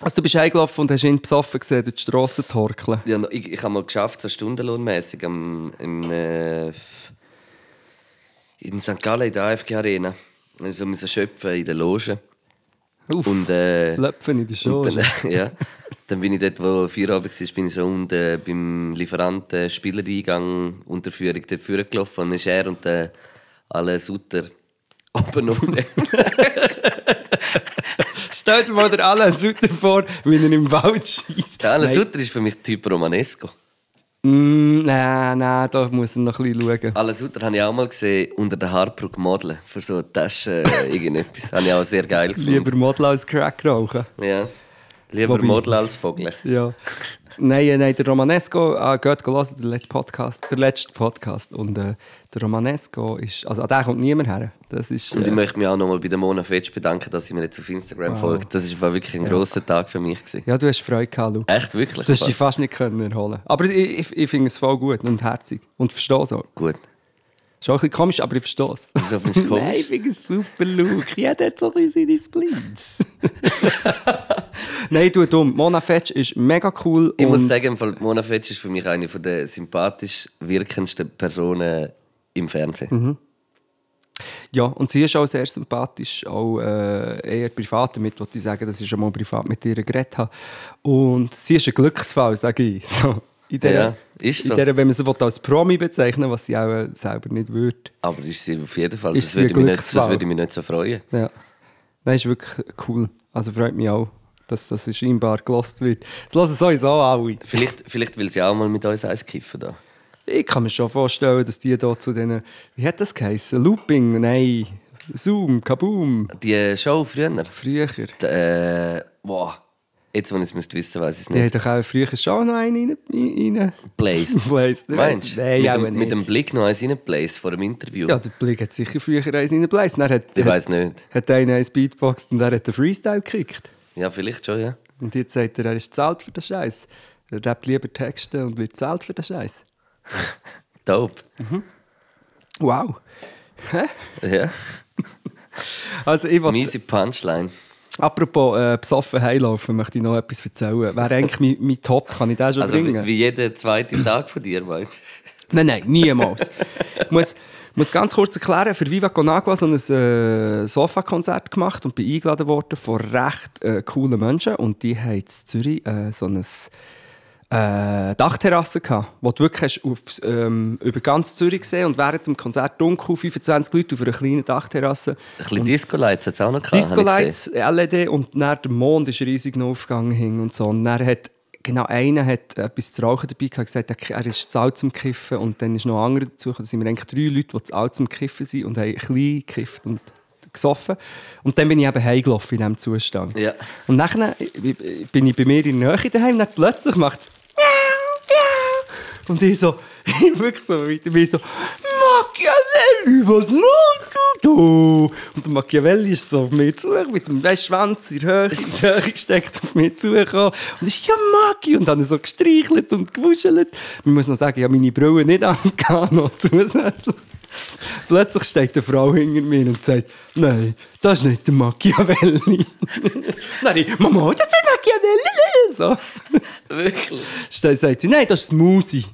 Speaker 4: Also, du bist eingelaufen und hast ihn besoffen gesehen, durch die Strasse torkeln.
Speaker 3: Ja, no, ich, ich habe mal geschafft, so stundenlohnmäßig am, im, äh, f- in St. Gallen in der AFG Arena. Also müssen schöpfen in der Loge.
Speaker 4: Uff.
Speaker 3: Und, äh,
Speaker 4: Löpfen in die
Speaker 3: Und
Speaker 4: Schule.
Speaker 3: Dann, ja. Dann bin ich dort, wo Feierabend war, bin ich so unten äh, beim Lieferanten Spielereingang unter Führung dort vorgelaufen. Und dann ist er und der alle Sutter oben ohne.
Speaker 4: Stell dir mal den Alan Sutter vor, wie er im Wald schießt.
Speaker 3: der alle
Speaker 4: Nein.
Speaker 3: Sutter ist für mich Typ Romanesco.
Speaker 4: Mm, nein, nein, da muss er noch ein bisschen schauen.
Speaker 3: Alle Sutter habe ich auch mal gesehen unter der Hartbruck modeln. Für so eine Tasche, äh, irgendetwas. habe ich auch sehr geil gefunden.
Speaker 4: Lieber Model als Crack rauchen.
Speaker 3: Ja. Lieber
Speaker 4: Wobei-
Speaker 3: Model als Vogel.
Speaker 4: Ja. Nein, äh, nein, der Romanesco, äh, geht go hören, der letzte Podcast, der letzte Podcast. Und äh, der Romanesco ist, also an den kommt niemand her. Das ist,
Speaker 3: Und ich
Speaker 4: äh,
Speaker 3: möchte mich auch nochmal bei der Mona Fetsch bedanken, dass sie mir jetzt auf Instagram folgt. Das war wirklich ein grosser Tag für mich. Gewesen.
Speaker 4: äh, ja, du hast Freude gehabt, Luke.
Speaker 3: Echt, wirklich.
Speaker 4: Das hast du dich fast nicht können erholen. Aber ich, ich, ich finde es voll gut und herzig. Und verstehe es auch.
Speaker 3: Gut.
Speaker 4: Ist auch ein bisschen komisch, aber ich verstehe es.
Speaker 3: Wieso findest du komisch?
Speaker 4: Nein, ich finde es super, Luke. Jeder hat so ein bisschen seine Splints. Nein, du dumm. Mona Fetsch ist mega cool.
Speaker 3: Ich muss
Speaker 4: und-
Speaker 3: sagen, im Fall, Mona Fetsch ist für mich eine von der sympathisch wirkendsten Personen im Fernsehen.
Speaker 4: Mhm. Ja, und sie ist auch sehr sympathisch, auch äh, eher privat damit, wollte ich sagen, dass ich schon mal privat mit ihr geredet habe. Und sie ist ein Glücksfall, sage ich. So, in der,
Speaker 3: Ja, ist so.
Speaker 4: In der, wenn man sie will, als Promi bezeichnen was sie auch äh, selber nicht würde.
Speaker 3: Aber ist sie auf jeden Fall.
Speaker 4: Ist
Speaker 3: das,
Speaker 4: sie
Speaker 3: würde
Speaker 4: ein
Speaker 3: mich nicht, das
Speaker 4: Glücksfall?
Speaker 3: würde mich nicht so freuen.
Speaker 4: Ja. Nein, ist wirklich cool. Also freut mich auch, dass das scheinbar gelost wird. Das lassen sowieso alle.
Speaker 3: Vielleicht, vielleicht will sie auch mal mit uns eins kiffen. Da.
Speaker 4: Ich kann mir schon vorstellen, dass die da zu denen, wie hat das geheißen? Looping? Nein. Zoom, Kaboom.
Speaker 3: Die Show früher.
Speaker 4: Früher.
Speaker 3: D- Äh, wow. Jetzt, wenn ich es müsste wissen, weiß ich es
Speaker 4: Die
Speaker 3: nicht.
Speaker 4: hat doch auch früher schon noch einen rein. rein.
Speaker 3: Placed.
Speaker 4: Placed.
Speaker 3: Meinst du?
Speaker 4: Nein,
Speaker 3: mit, dem,
Speaker 4: aber
Speaker 3: mit
Speaker 4: nicht.
Speaker 3: dem Blick noch eins rein placed vor dem Interview.
Speaker 4: Ja, der Blick hat sicher früher eins in den Place. Dann hat,
Speaker 3: ich
Speaker 4: hat,
Speaker 3: weiß nicht.
Speaker 4: hat einer eins beatboxt und er hat den Freestyle gekickt.
Speaker 3: Ja, vielleicht schon, ja.
Speaker 4: Und jetzt sagt er, er ist zahlt für den Scheiß. Er rappt lieber Texte und wird zahlt für den Scheiß.
Speaker 3: Dope.
Speaker 4: Wow.
Speaker 3: Ja.
Speaker 4: Also ich wollte,
Speaker 3: Miese Punchline.
Speaker 4: apropos äh, besoffen heimlaufen, möchte ich noch etwas erzählen. Wäre eigentlich mein, mein Top, kann ich das schon
Speaker 3: Also
Speaker 4: bringen?
Speaker 3: wie, wie jeden zweiten Tag von dir, weißt du?
Speaker 4: Nein, nein, niemals. Ich muss, muss ganz kurz erklären, für Viva Con Agua so ein äh, Sofa-Konzert gemacht und bin eingeladen worden von recht äh, coolen Menschen. Und die haben in Zürich äh, so ein äh, Dachterrasse gehabt, wo du wirklich hast auf, ähm, über ganz Zürich gesehen und während dem Konzert dunkel, 25 Leute auf einer kleinen Dachterrasse.
Speaker 3: Ein bisschen Disco-Lights hat es auch noch gehabt.
Speaker 4: Disco
Speaker 3: habe ich
Speaker 4: Lights, LED E und dann der Mond ist riesig noch aufgegangen hing und so. Und dann hat genau einer hat etwas zu rauchen dabei gehabt, gesagt, er- er ist zu alt zum Kiffen und dann ist noch ein anderer dazu gekommen. Da sind wir eigentlich drei Leute, die zu alt zum Kiffen sind und haben klein gekifft und gesoffen. Und dann bin ich eben heimgelaufen in diesem Zustand.
Speaker 3: Ja.
Speaker 4: Und nachher äh, bin ich bei mir in der Nähe daheim und plötzlich macht es und ich so, ich wirklich so weiter, bin ich so, Machiavelli, was machst du da? Und der Machiavelli ist so auf mich zu, mit dem weißt, Schwanz in die Höhe, in die Höhe gesteckt, auf mich zugekommen. Und ich so, ja, Maki. Und dann so gestreichelt und gewuschelt. Man muss noch sagen, ich habe meine Brille nicht angehabt, noch zusätzlich. Plötzlich steht eine Frau hinter mir und sagt, nein, das ist nicht der Machiavelli. Nein, ich, Mama, das ist der Machiavelli. So.
Speaker 3: Wirklich?
Speaker 4: Dann sagt sie, nein, das ist Smoothie.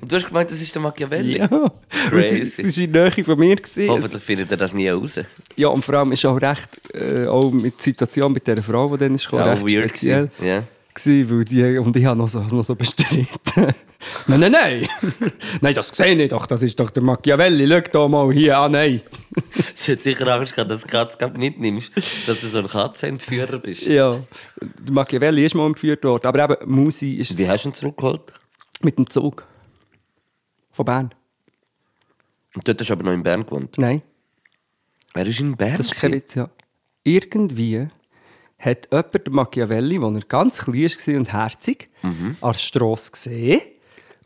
Speaker 3: Und du hast gemeint, das ist der Machiavelli?
Speaker 4: Ja.
Speaker 3: Crazy.
Speaker 4: Es war in der Nähe von mir. gewesen.
Speaker 3: Hoffentlich findet er das nie raus.
Speaker 4: Ja, und vor allem ist auch recht, äh, auch mit der Situation mit dieser Frau, die dann ist, gekommen,
Speaker 3: Auch
Speaker 4: recht
Speaker 3: weird
Speaker 4: speziell.
Speaker 3: gewesen. Ja.
Speaker 4: Gewesen, weil die, und ich habe noch so, noch so bestritten. nein, nein, nein. nein, das sehe ich doch. Das ist doch der Machiavelli. Schau da mal hier an. Nein.
Speaker 3: Sie hat sicher Angst gehabt, dass du die Katze gerade mitnimmst, dass du so ein Katzenentführer bist.
Speaker 4: Ja, der Machiavelli ist mal entführt worden. Aber eben, Musi ist
Speaker 3: Wie hast du ihn zurückgeholt?
Speaker 4: mit dem Zug. Von Bern.
Speaker 3: Und dort hast du aber noch in Bern gewohnt.
Speaker 4: Nein.
Speaker 3: Er ist in Bern.
Speaker 4: Das ist kein
Speaker 3: gewesen.
Speaker 4: Witz, ja. Irgendwie hat jemand den Machiavelli, als er ganz klein war und herzig,
Speaker 3: Mhm.
Speaker 4: an der Strasse gesehen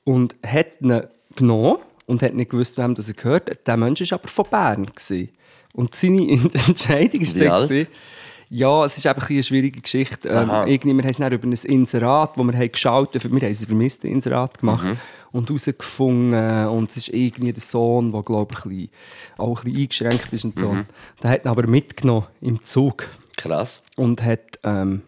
Speaker 4: und hat ihn genommen und hat nicht gewusst, wem das er gehört. Der Mensch war aber von Bern. Gewesen. Und seine Entscheidung war
Speaker 3: Wie
Speaker 4: dann
Speaker 3: alt?
Speaker 4: gewesen- Ja, es ist einfach ein bisschen eine schwierige Geschichte. Ähm,
Speaker 3: Aha.
Speaker 4: irgendjemand hat es dann über ein Inserat, das wir haben geschaut haben, wir haben ein vermisste Inserat gemacht und herausgefunden. Und es ist irgendwie der Sohn, der, glaube ich, ein bisschen, auch ein bisschen eingeschränkt ist. Und so. Der hat ihn aber mitgenommen im Zug
Speaker 3: Krass.
Speaker 4: und hat ähm,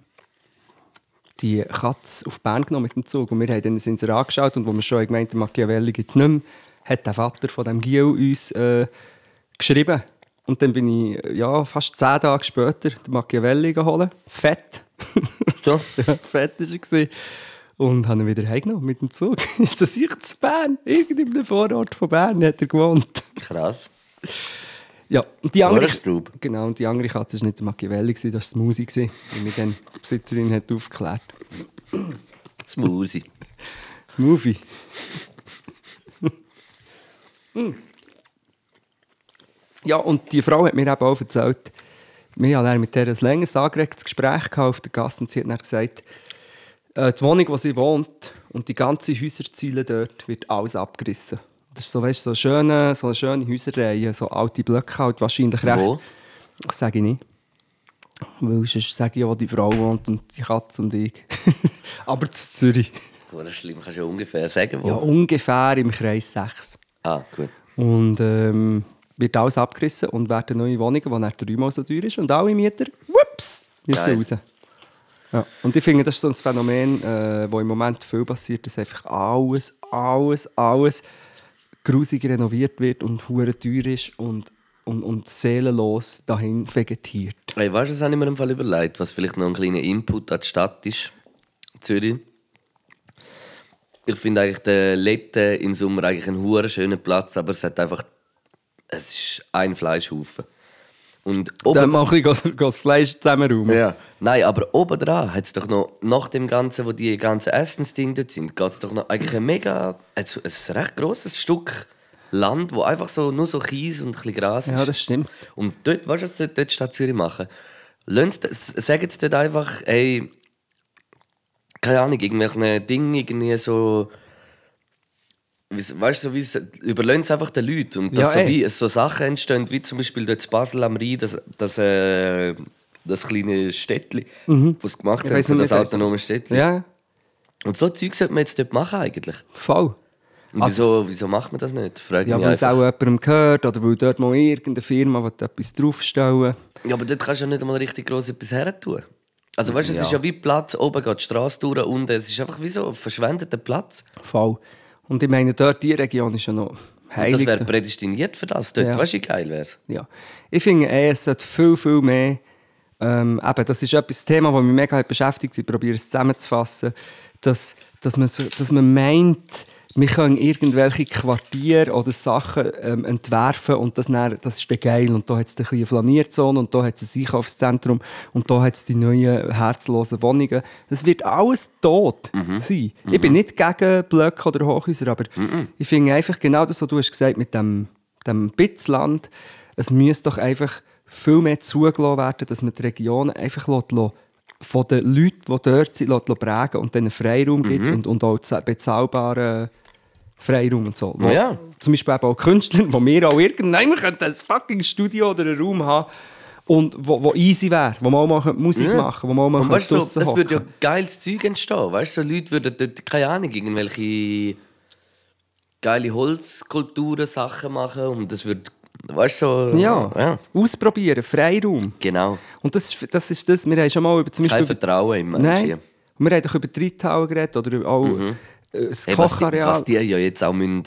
Speaker 4: die Katze auf Bern genommen mit dem Zug. Und wir haben dann das Inserat geschaut und wo wir schon gemeint haben, Machiavelli gibt es nicht mehr, hat der Vater von dem Gil uns äh, geschrieben. Und dann bin ich äh, ja, fast zehn Tage später den Machiavelli geholt. Fett.
Speaker 3: So.
Speaker 4: Ja, Fett war er. gewesen. Und habe ihn wieder heimgenommen mit dem Zug. Ist das echt zu Bern? Irgendeinem Vorort von Bern hat er gewohnt.
Speaker 3: Krass.
Speaker 4: Ja, und die andere,
Speaker 3: Ohrenstraub.
Speaker 4: genau, und die andere Katze war nicht der Machiavelli, gewesen, das war die Musi, gewesen, die mir dann die Besitzerin hat aufgeklärt
Speaker 3: Smoothie.
Speaker 4: Das Movie. ja, und die Frau hat mir eben auch erzählt, wir haben dann mit ihr ein längeres angeregtes Gespräch gehabt auf der Gasse und sie hat dann gesagt, äh, die Wohnung, wo sie wohnt und die ganze Häuserziele dort, wird alles abgerissen. Das ist so, weißt, so, eine schöne, so eine schöne Häuserreihe, so alte Blöcke halt, wahrscheinlich recht...
Speaker 3: Wo?
Speaker 4: Das sage ich nicht. Weil sonst sage ich ja, wo die Frau wohnt und die Katze und ich. Aber zu Zürich.
Speaker 3: Wo das schlimm kannst du ja ungefähr sagen, wo.
Speaker 4: Ja, ungefähr im Kreis 6.
Speaker 3: Ah, gut.
Speaker 4: Und ähm, wird alles abgerissen und werden neue Wohnungen, die dann dreimal so teuer ist. Und alle Mieter, whoops, müssen
Speaker 3: Geil.
Speaker 4: raus. Ja. Und ich finde, das ist so ein Phänomen, äh, wo im Moment viel passiert, dass einfach alles, alles, alles grusig renoviert wird und hure teuer ist und, und, und seelenlos dahin vegetiert.
Speaker 3: Hey, weißt du, das habe ich mir im Fall überlegt, was vielleicht noch ein kleiner Input an die Stadt ist. Zürich. Ich finde eigentlich den Letten im Sommer eigentlich einen huere schönen Platz, aber es hat einfach. Es ist ein Fleischhaufen. Und
Speaker 4: Dann
Speaker 3: oben.
Speaker 4: mache ich das das Fleisch zusammenräumen.
Speaker 3: Ja. Nein, aber obendran hat es doch noch, nach dem Ganzen, wo die ganzen Essensdinge dort sind, geht es doch noch eigentlich ein mega. Es es ist ein recht grosses Stück Land, wo einfach so, nur so Kies und ein bisschen Gras ist.
Speaker 4: Ja, das stimmt.
Speaker 3: Und dort, weißt du, was dort die Stadt Zürich machen? Lönnt, sagen sie dort einfach, ey, keine Ahnung, irgendwelche Dinge, irgendwie so. Weißt du, so wie es- überlöhnt es einfach den Leuten. Und dass
Speaker 4: Ja,
Speaker 3: so,
Speaker 4: ey.
Speaker 3: wie, so Sachen entstehen, wie zum Beispiel dort in Basel am Rhein, das, das, äh, das kleine Städtli, was gemacht
Speaker 4: Mhm. Ich
Speaker 3: haben,
Speaker 4: weiss
Speaker 3: so
Speaker 4: nicht, wie
Speaker 3: das
Speaker 4: es heisst.
Speaker 3: autonome Städtli.
Speaker 4: Ja,
Speaker 3: Und so Zeug sollte man jetzt dort machen eigentlich.
Speaker 4: voll.
Speaker 3: Und wieso, wieso macht man das nicht? Frage
Speaker 4: Ja,
Speaker 3: mich
Speaker 4: weil es
Speaker 3: einfach.
Speaker 4: auch jemandem gehört oder weil dort mal irgendeine Firma will etwas draufstellen
Speaker 3: Ja, aber dort kannst du ja nicht einmal richtig gross etwas her tun. Also weißt du, es ist ja wie Platz, oben geht die Straße durch, unten. Es ist einfach wie so ein verschwendeter Platz.
Speaker 4: Voll. Und ich meine, dort, die Region ist ja noch
Speaker 3: Und das
Speaker 4: heilig.
Speaker 3: wäre prädestiniert für das. Dort,
Speaker 4: Ja.
Speaker 3: weißt du, wie geil wäre
Speaker 4: ja. Ich finde, eh, es sollte viel, viel mehr. Ähm, eben, das ist etwas Thema, das mich mega hat beschäftigt. Ich probiere es zusammenzufassen. Dass, dass, man, so- dass man meint, wir können irgendwelche Quartiere oder Sachen ähm, entwerfen und das, dann, das ist dann geil. Und da hat es dann ein bisschen eine Flanierzone und da hat es ein Einkaufszentrum und da hat es die neuen herzlosen Wohnungen. Das wird alles tot sein. Ich bin nicht gegen Blöcke oder Hochhäuser, aber ich finde einfach genau das, was du hast gesagt mit dem, dem Bitzland, es müsste doch einfach viel mehr zugelassen werden, dass man die Regionen einfach lässt, lässt, von den Leuten, die dort sind, lässt, lässt prägen und denen Freiraum
Speaker 3: Mhm.
Speaker 4: gibt und, und auch ze- bezahlbaren Freiraum und so. Wo
Speaker 3: Ja.
Speaker 4: Zum Beispiel eben auch Künstler, wo wir auch irgendwann wir könnten ein fucking Studio oder einen Raum haben und wo, wo easy wäre, wo man auch mal könnte Musik
Speaker 3: Ja.
Speaker 4: machen wo man auch mal
Speaker 3: Und weißt du, so,
Speaker 4: draussen
Speaker 3: es würde ja
Speaker 4: hocken.
Speaker 3: geiles Zeug entstehen. Weißt du, so Leute würden dort, keine Ahnung, irgendwelche geile Holzkulturen, Sachen machen. Und das würde, weißt du, so.
Speaker 4: ja.
Speaker 3: ja
Speaker 4: ausprobieren, Freiraum.
Speaker 3: genau.
Speaker 4: Und das, ist- das ist das, wir haben schon mal über zum
Speaker 3: Kein
Speaker 4: Beispiel...
Speaker 3: Vertrauen im Menschen.
Speaker 4: Nein. Und wir haben doch über die Reithauen geredet oder über auch äh, das
Speaker 3: Ey, Mhm. was, die,
Speaker 4: Kochareal.
Speaker 3: was die ja jetzt auch müssen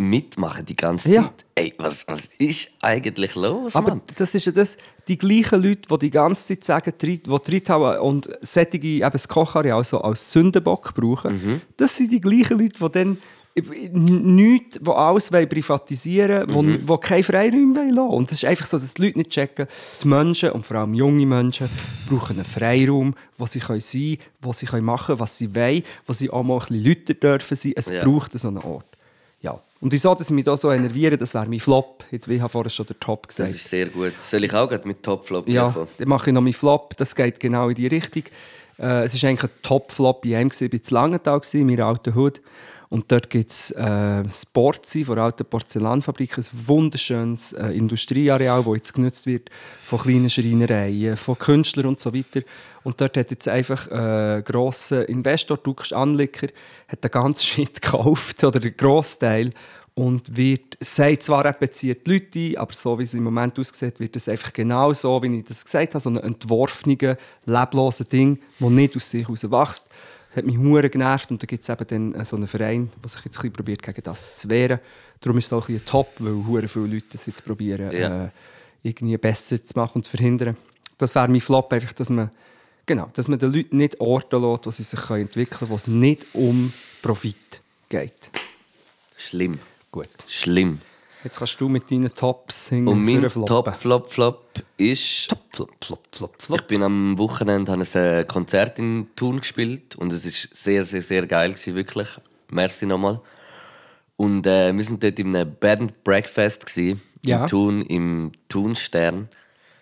Speaker 3: mitmachen die ganze Zeit.
Speaker 4: Ja.
Speaker 3: Ey, was, was ist eigentlich los,
Speaker 4: aber
Speaker 3: Mann?
Speaker 4: das ist ja das, die gleichen Leute, die die ganze Zeit sagen, die Reit- die die Reithauen und solche, eben das Kochareal so als Sündenbock brauchen, das sind die gleichen Leute, die dann n- nichts, die alles wollen privatisieren wollen, die keine Freiräume wollen lassen. Und das ist einfach so, dass die Leute nicht checken, die Menschen, und vor allem junge Menschen, brauchen einen Freiraum, wo sie können sein können, wo sie können machen können, was sie wollen, wo sie auch mal ein bisschen Leute dürfen sein. Es
Speaker 3: Ja.
Speaker 4: braucht so einen Ort. Ja. Und wieso, dass ich mich da so enerviere, das wäre mein Flop. Jetzt, ich habe vorher schon den Top gesagt.
Speaker 3: Das ist sehr gut. Soll ich auch grad mit Topflop
Speaker 4: Ja,
Speaker 3: kommen?
Speaker 4: dann mache ich noch meinen Flop. Das geht genau in die Richtung. Äh, es war eigentlich ein Top-Flop bei ihm. gewesen. Ich war zu Langenthal, gewesen, in meiner alten Hut. Und dort gibt es äh, das Porzi von der alten Porzellanfabrik, ein wunderschönes äh, Industrieareal, das jetzt genutzt wird von kleinen Schreinereien, von Künstlern und so weiter. Und dort hat jetzt einfach ein äh, grosser Investor, Dux Anlicker, hat den ganzen Shit gekauft, oder einen Grossteil, und wird, sagt zwar, er bezieht die Leute ein, aber so wie es im Moment aussieht, wird es einfach genau so, wie ich das gesagt habe, so ein entworfenes, lebloses Ding, das nicht aus sich heraus wächst. Das hat mich hure genervt und da gibt es eben dann äh, so einen Verein, der sich jetzt ein bisschen probiert, gegen das zu wehren. Darum ist es auch ein bisschen top, weil hure viele Leute das jetzt probieren,
Speaker 3: Ja.
Speaker 4: äh, irgendwie besser zu machen und zu verhindern. Das wäre mein Flop, einfach, dass man, genau, dass man den Leuten nicht Orte lässt, wo sie sich können entwickeln können, wo es nicht um Profit geht.
Speaker 3: Schlimm.
Speaker 4: Gut.
Speaker 3: Schlimm.
Speaker 4: Jetzt kannst du mit deinen Tops hingehen
Speaker 3: Und mein
Speaker 4: für den
Speaker 3: Top Flop Flop ist. Top Flop Flop Flop Flop. Ich bin am Wochenende habe ich ein äh, Konzert in Thun gespielt und es ist sehr sehr sehr geil gewesen, wirklich. Merci nochmal. Und äh, wir sind dort in einem Band Breakfast gewesen,
Speaker 4: Ja.
Speaker 3: in Thun im Thunstern.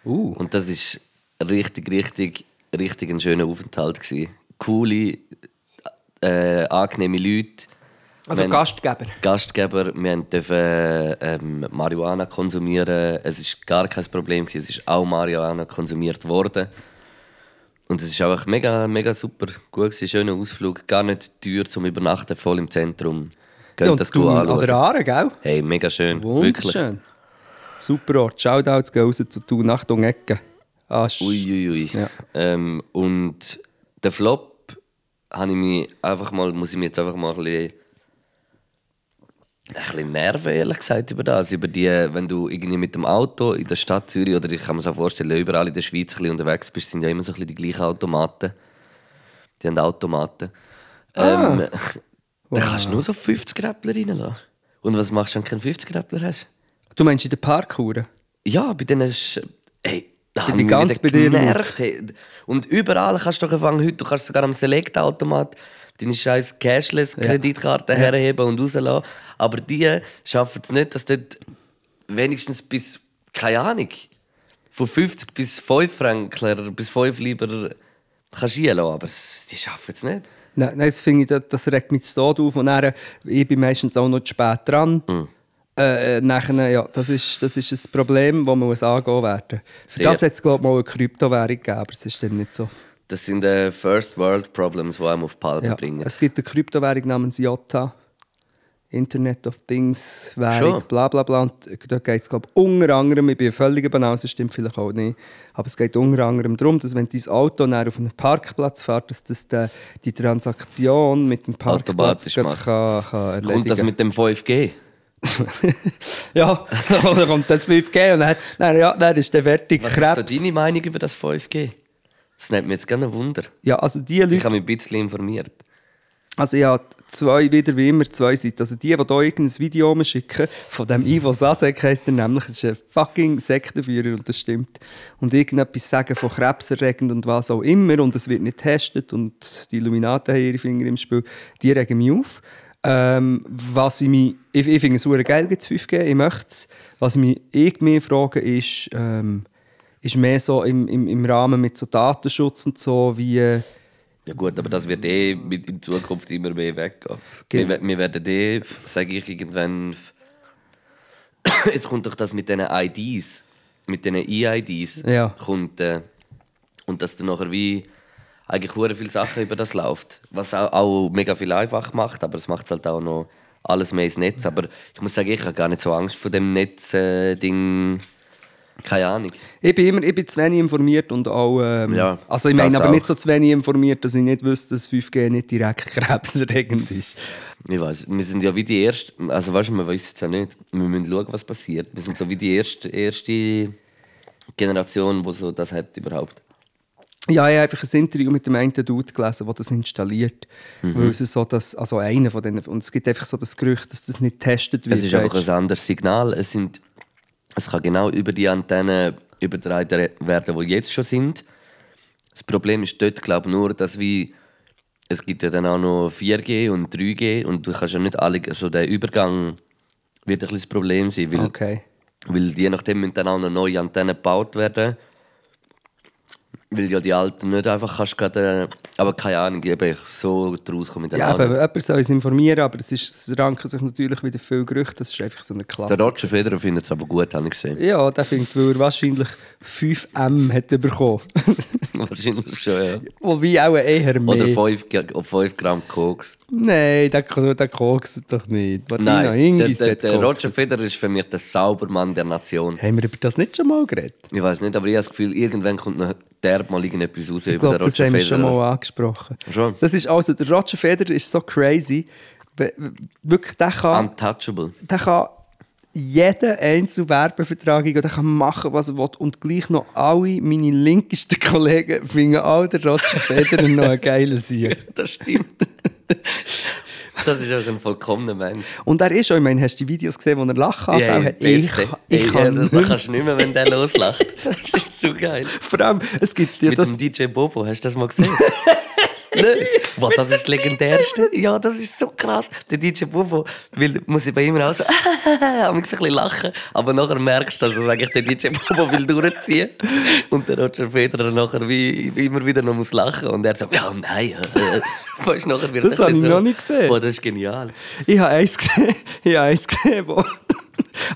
Speaker 4: Uh.
Speaker 3: Und das ist richtig richtig richtig ein schöner Aufenthalt gewesen. Coole, äh, angenehme Leute.
Speaker 4: Also
Speaker 3: Wenn-
Speaker 4: Gastgeber.
Speaker 3: Gastgeber, wir dürfen ähm, Marihuana konsumieren. Es ist gar kein Problem gewesen. Es ist auch Marihuana konsumiert worden. Und es ist einfach mega, mega super gut gewesen. Schöner Ausflug, gar nicht teuer zum Übernachten, voll im Zentrum. Geht
Speaker 4: Ja,
Speaker 3: das
Speaker 4: du
Speaker 3: gut
Speaker 4: an der
Speaker 3: anschauen.
Speaker 4: Aare, gell?
Speaker 3: Hey, mega schön, wirklich.
Speaker 4: Wunderschön. Super Ort. Shoutouts gehen raus zu tun. Achtung, Ecke. Ah, sch-
Speaker 3: Uiuiui.
Speaker 4: Ja.
Speaker 3: Ähm, und der Flop habe ich mich einfach mal, muss ich mich jetzt einfach mal ein bisschen, ein bisschen nerven, ehrlich gesagt, über das. Über die, wenn du irgendwie mit dem Auto in der Stadt Zürich oder ich kann mir so vorstellen, überall in der Schweiz ein bisschen unterwegs bist, sind ja immer so ein bisschen die gleichen Automaten. Die haben Automaten. Ähm, da kannst du nur so 50 Räppler reinlassen. Und was machst du, wenn du keinen 50 Räppler hast?
Speaker 4: Du meinst in den Parkuhren?
Speaker 3: Ja, bei denen ist. Ey, da habe
Speaker 4: bin
Speaker 3: ich mich
Speaker 4: ganz
Speaker 3: wieder
Speaker 4: bei dir,
Speaker 3: genervt. Hey. Und überall kannst du doch anfangen, heute, du kannst sogar am Select-Automat, deine scheiß Cashless-Kreditkarte herheben und rauslassen. Aber die schaffen es nicht, dass dort wenigstens bis, keine Ahnung, von 50 bis 5 Frankler, bis 5 lieber kannst du einlassen. Aber es- die schaffen es nicht.
Speaker 4: Nein, nein das, finde ich, das, das regt mich zu Tod auf. Und dann, äh, ich bin meistens auch noch zu spät dran.
Speaker 3: Hm.
Speaker 4: Äh, äh, nachher, ja, das ist, das ist ein Problem, das man muss angehen werden muss.
Speaker 3: Sehr.
Speaker 4: Das hat es, glaube ich, mal eine Kryptowährung gegeben, aber es ist dann nicht so.
Speaker 3: Das sind äh, First-World-Problems, die einem auf die Palme
Speaker 4: Ja.
Speaker 3: bringen.
Speaker 4: Es gibt eine Kryptowährung namens IOTA. Internet of Things, Währung,
Speaker 3: Schon?
Speaker 4: bla bla bla. Und da geht es, glaube ich, unter anderem, ich bin völlig banal, das stimmt vielleicht auch nicht, aber es geht unter anderem darum, dass wenn dein Auto nachher auf einen Parkplatz fährt, dass das die, die Transaktion mit dem Parkplatz
Speaker 3: Automatisch
Speaker 4: gleich
Speaker 3: macht.
Speaker 4: kann, kann erledigen
Speaker 3: Kommt das mit dem 5G?
Speaker 4: ja, dann kommt das 5G und dann, dann, ja, dann ist der fertig.
Speaker 3: Was
Speaker 4: Krebs.
Speaker 3: ist so deine Meinung über das 5G? Das nimmt mir jetzt gerne ein Wunder.
Speaker 4: ja, also die Leute,
Speaker 3: Ich habe mich ein bisschen informiert.
Speaker 4: Also ich habe zwei, wieder wie immer, zwei Seiten. Also die, die hier irgendein Video mir schicken, von dem Ivo Sasek heisst er nämlich, das ist ein fucking Sektenführer und das stimmt. Und irgendetwas sagen von krebserregend und was auch immer und es wird nicht getestet und die Illuminaten haben ihre Finger im Spiel, die regen mich auf. Ähm, was ich mich, ich, ich finde es super geil, gibt 5G, ich möchte es. Was ich mich ich mehr frage ist, ähm, ist mehr so im, im, im Rahmen mit so Datenschutz und so, wie... äh,
Speaker 3: Ja gut, aber das wird eh mit in Zukunft immer mehr weggehen.
Speaker 4: Genau.
Speaker 3: Wir, we- wir werden eh, sage ich irgendwann, jetzt kommt doch das mit diesen IDs, mit diesen EIDs,
Speaker 4: Ja.
Speaker 3: kommt, äh, und dass du nachher wie eigentlich hure viele Sachen über das läuft, was auch, auch mega viel einfach macht, aber es macht es halt auch noch alles mehr ins Netz. Aber ich muss sagen, ich habe gar nicht so Angst vor dem Netz-Ding. Keine Ahnung.
Speaker 4: Ich bin immer ich bin zu wenig informiert und auch. Ähm,
Speaker 3: Ja,
Speaker 4: also, ich
Speaker 3: das
Speaker 4: meine, aber
Speaker 3: auch.
Speaker 4: nicht so zu wenig informiert, dass ich nicht wüsste, dass 5G nicht direkt krebserregend ist.
Speaker 3: Ich weiß, wir sind ja wie die ersten. Also, weißt du, wir wissen es ja nicht. Wir müssen schauen, was passiert. Wir sind so wie die erste, erste Generation, die so das hat überhaupt.
Speaker 4: Ja, ich habe einfach ein Interview mit dem einen Dude gelesen, der das installiert.
Speaker 3: Mhm.
Speaker 4: Weil es so, dass, also einer von denen, und es gibt einfach so das Gerücht, dass das nicht getestet wird.
Speaker 3: Es ist einfach
Speaker 4: weisst
Speaker 3: ein anderes Signal. Es, sind, es kann genau über die Antennen übertragen werden, die jetzt schon sind. Das Problem ist dort, glaube ich, nur, dass wie es gibt ja dann auch noch 4G und 3G und du kannst ja nicht alle, also der Übergang wird ein bisschen das Problem sein,
Speaker 4: du?
Speaker 3: weil
Speaker 4: Okay.
Speaker 3: Weil je nachdem müssen dann auch noch neue Antennen gebaut werden. Weil ja die alten nicht einfach kannst gerade. äh, Aber keine Ahnung, eben, ich so draus komme ich dann
Speaker 4: Ja,
Speaker 3: auch
Speaker 4: aber
Speaker 3: nicht.
Speaker 4: jemand soll uns informieren, aber es, ist, es ranken sich natürlich wieder viele Gerüchte, das ist einfach so eine
Speaker 3: Der
Speaker 4: Klasse.
Speaker 3: Roger Federer findet es aber gut, habe ich gesehen.
Speaker 4: Ja, der findet, weil er wahrscheinlich 5M hat bekommen.
Speaker 3: Wahrscheinlich schon, ja.
Speaker 4: Wobei auch eher mehr.
Speaker 3: Oder 5, Gramm Koks.
Speaker 4: Nein, der, der kokst doch nicht. Martina
Speaker 3: Nein, der,
Speaker 4: Hingis
Speaker 3: der,
Speaker 4: hat
Speaker 3: der
Speaker 4: gekokst.
Speaker 3: Roger Federer ist für mich der Saubermann der Nation.
Speaker 4: Haben wir über das nicht schon mal geredet?
Speaker 3: Ich weiß nicht, aber ich habe das Gefühl, irgendwann kommt noch derb mal irgendetwas raus
Speaker 4: Ich glaube,
Speaker 3: den
Speaker 4: das haben wir schon mal angesprochen.
Speaker 3: Schon?
Speaker 4: Das ist also, der Roger Federer ist so crazy. We- we- Wirklich, der kann,
Speaker 3: Untouchable.
Speaker 4: der kann jeden einzelnen Werbevertrag eingehen, der kann machen, was er will. Und gleich noch alle meine linkesten Kollegen finden all den Roger Federer noch einen geilen Sieg.
Speaker 3: Das stimmt. das ist auch ein vollkommener Mensch.
Speaker 4: Und er ist auch, ich meine, hast du die Videos gesehen, wo er lachen
Speaker 3: Ja,
Speaker 4: anfängt? ich,
Speaker 3: Beste.
Speaker 4: ich
Speaker 3: Ey,
Speaker 4: kann
Speaker 3: ja,
Speaker 4: nicht.
Speaker 3: das kannst du nicht mehr, wenn der loslacht. Das ist zu geil.
Speaker 4: Vor allem, es gibt ja
Speaker 3: Mit
Speaker 4: das...
Speaker 3: dem DJ Bobo, hast du das mal gesehen? Ne? Boah, das ist das Legendärste. Ja, das ist so krass. Der DJ Bobo, weil muss ich bei ihm raus, am liebsten ein bisschen lachen, aber nachher merkst du, dass es eigentlich der DJ Bobo will durchziehen und der Roger Federer nachher wie, wie immer wieder noch muss lachen und er sagt, ja nein, äh, äh. weißt du, nachher wird
Speaker 4: Das
Speaker 3: er ein
Speaker 4: habe ich
Speaker 3: bisschen
Speaker 4: noch nicht gesehen.
Speaker 3: Boah, das ist genial.
Speaker 4: Ich habe eins gesehen. Ich habe eins gesehen, wo.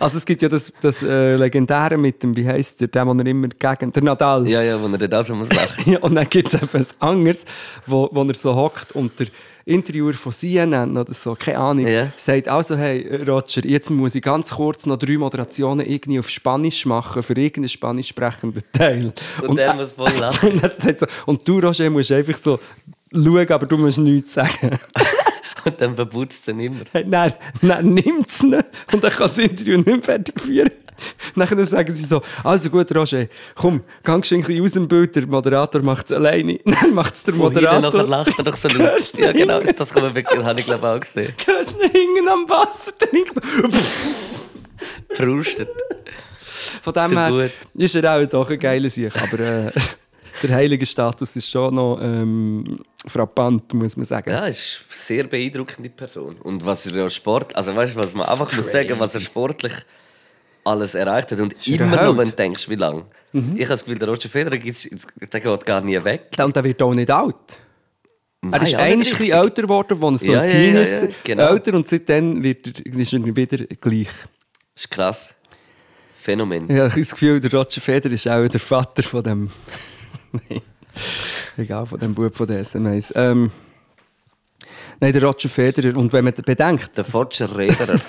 Speaker 4: Also es gibt ja das, das äh, Legendäre mit dem, wie heisst der, dem, den er immer gegen, der Nadal.
Speaker 3: Ja, ja, wenn er dann auch so muss lachen.
Speaker 4: Ja, und dann gibt es etwas anderes, wo, wo er so hockt und der Interviewer von CNN oder so, keine Ahnung,
Speaker 3: Ja.
Speaker 4: sagt also, hey äh, Roger, jetzt muss ich ganz kurz noch drei Moderationen irgendwie auf Spanisch machen für irgendeinen spanisch sprechenden Teil.
Speaker 3: Und der
Speaker 4: äh,
Speaker 3: muss voll lachen.
Speaker 4: Und, er sagt so, und du, Roger, musst einfach so schauen, aber du musst nichts sagen.
Speaker 3: Und dann verputzt er ihn immer.
Speaker 4: Dann, dann nimmt es ihn und dann kann das Interview nicht mehr fertig führen. Nachher sagen sie so, also gut, Roger, komm, geh schon ein bisschen aus dem Bild, der Moderator macht es alleine. Dann macht es der
Speaker 3: Von hinten nachher
Speaker 4: Moderator.
Speaker 3: lacht er doch so laut. Ja, genau, das kann man wirklich, habe ich glaube auch gesehen.
Speaker 4: Gehst du hinten am Wasser, dann hinkt
Speaker 3: Verrustet.
Speaker 4: Von dem
Speaker 3: Sehr
Speaker 4: her
Speaker 3: gut.
Speaker 4: ist er auch doch ein geiler Sieg, aber äh, der heilige Status ist schon noch ähm, frappant, muss man sagen.
Speaker 3: Ja, ist eine sehr beeindruckende Person. Und was er ja Sport, also weißt du, was man einfach muss sagen, was er sportlich alles erreicht hat. Und
Speaker 4: er
Speaker 3: immer
Speaker 4: ein
Speaker 3: noch,
Speaker 4: Held? Mhm.
Speaker 3: wenn du denkst, wie lange. Ich habe das Gefühl, der Roger Federer gibt's, der geht gar nie weg.
Speaker 4: Und der wird auch nicht alt.
Speaker 3: Nein,
Speaker 4: er ist
Speaker 3: ja,
Speaker 4: eigentlich
Speaker 3: nicht
Speaker 4: ein bisschen älter geworden, als er so
Speaker 3: Ja,
Speaker 4: ein
Speaker 3: ja,
Speaker 4: Teenie
Speaker 3: ja,
Speaker 4: ist,
Speaker 3: ja, genau.
Speaker 4: älter und seitdem wird er, ist er wieder gleich.
Speaker 3: Das ist krass. Phänomen.
Speaker 4: Ich habe ein bisschen das Gefühl, der Roger Feder ist auch der Vater von dem. Nein. Egal, von dem Bub von der SMS. Ähm, nein, der Roger Federer. Und wenn man bedenkt,
Speaker 3: Der Forger Rederer.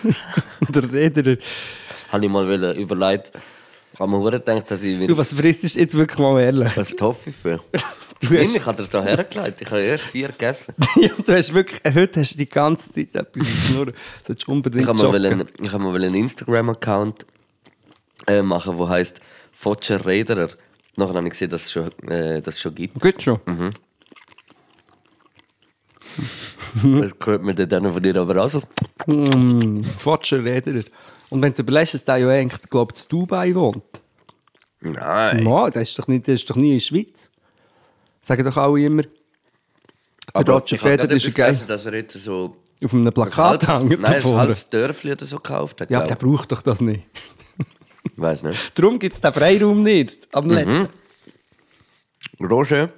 Speaker 4: der Rederer,
Speaker 3: habe ich mal wollen überlegt. Ich habe mir verdammt gedacht, dass ich
Speaker 4: du,
Speaker 3: wieder
Speaker 4: was frisst ist jetzt wirklich mal ehrlich?
Speaker 3: was Toffee für.
Speaker 4: Du
Speaker 3: Nein,
Speaker 4: hast-
Speaker 3: ich habe das da hergelegt. Ich habe erst vier gegessen.
Speaker 4: Ja, du hast wirklich, heute hast du die ganze Zeit etwas im Schnurren. Das solltest du unbedingt
Speaker 3: Ich habe mir
Speaker 4: joggen.
Speaker 3: wollen- ich habe mir wollen einen Instagram-Account äh, machen, der heisst Forger Rederer. Nachher habe ich gesehen, dass es schon, äh, das schon gibt.
Speaker 4: Gut schon. Mhm.
Speaker 3: Das gehört mir dann von dir aber auch so.
Speaker 4: Mm, Quatscher Rederer. Und wenn du überlegst, dass der ja eigentlich, glaube ich, in Dubai wohnt.
Speaker 3: Nein.
Speaker 4: Ja, der ist doch, nicht, der ist doch nie in der Schweiz. Sagen doch alle immer. Der Roger
Speaker 3: ich habe
Speaker 4: Federer
Speaker 3: gerade
Speaker 4: ist ja
Speaker 3: etwas
Speaker 4: geil.
Speaker 3: gelesen, dass er jetzt so
Speaker 4: Auf einem Plakat
Speaker 3: halb-
Speaker 4: hängt
Speaker 3: Nein, ein
Speaker 4: davor.
Speaker 3: halbes Dörfli oder so gekauft hat.
Speaker 4: Ja, aber der
Speaker 3: glaub
Speaker 4: braucht doch das nicht.
Speaker 3: ich. ich weiß nicht.
Speaker 4: Darum gibt es den Freiraum nicht. Am mhm.
Speaker 3: Roger,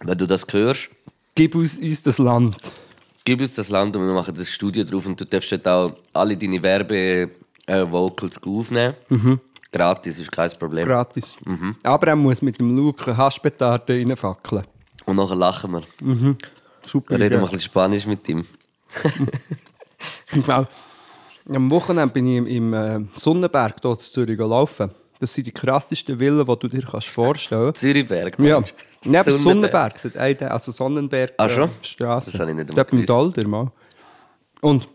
Speaker 3: wenn du das hörst,
Speaker 4: Gib uns, uns das Land.
Speaker 3: gib uns das Land und wir machen das Studio drauf und du darfst dort auch alle deine Werbe-Vocals aufnehmen.
Speaker 4: Mhm.
Speaker 3: Gratis ist kein Problem.
Speaker 4: Gratis.
Speaker 3: Mhm.
Speaker 4: Aber er muss mit dem Luke Haschpetarde reinfackeln.
Speaker 3: und nachher lachen wir.
Speaker 4: Super.
Speaker 3: Dann reden wir ein
Speaker 4: Idee.
Speaker 3: bisschen Spanisch mit ihm.
Speaker 4: Im Fall, am Wochenende bin ich im, im äh, Sonnenberg hier in Zürich gelaufen. Das sind die krassesten Villen, die du dir kannst vorstellen kannst.
Speaker 3: Zürichberg.
Speaker 4: Ja,
Speaker 3: meinst du?
Speaker 4: neben Sonnenberg. Sonnenberg. Eine, also Sonnenberg
Speaker 3: Ah, schon?
Speaker 4: Straße.
Speaker 3: Das habe ich nicht einmal
Speaker 4: Dort beim
Speaker 3: gewusst.
Speaker 4: Dolder mal. Und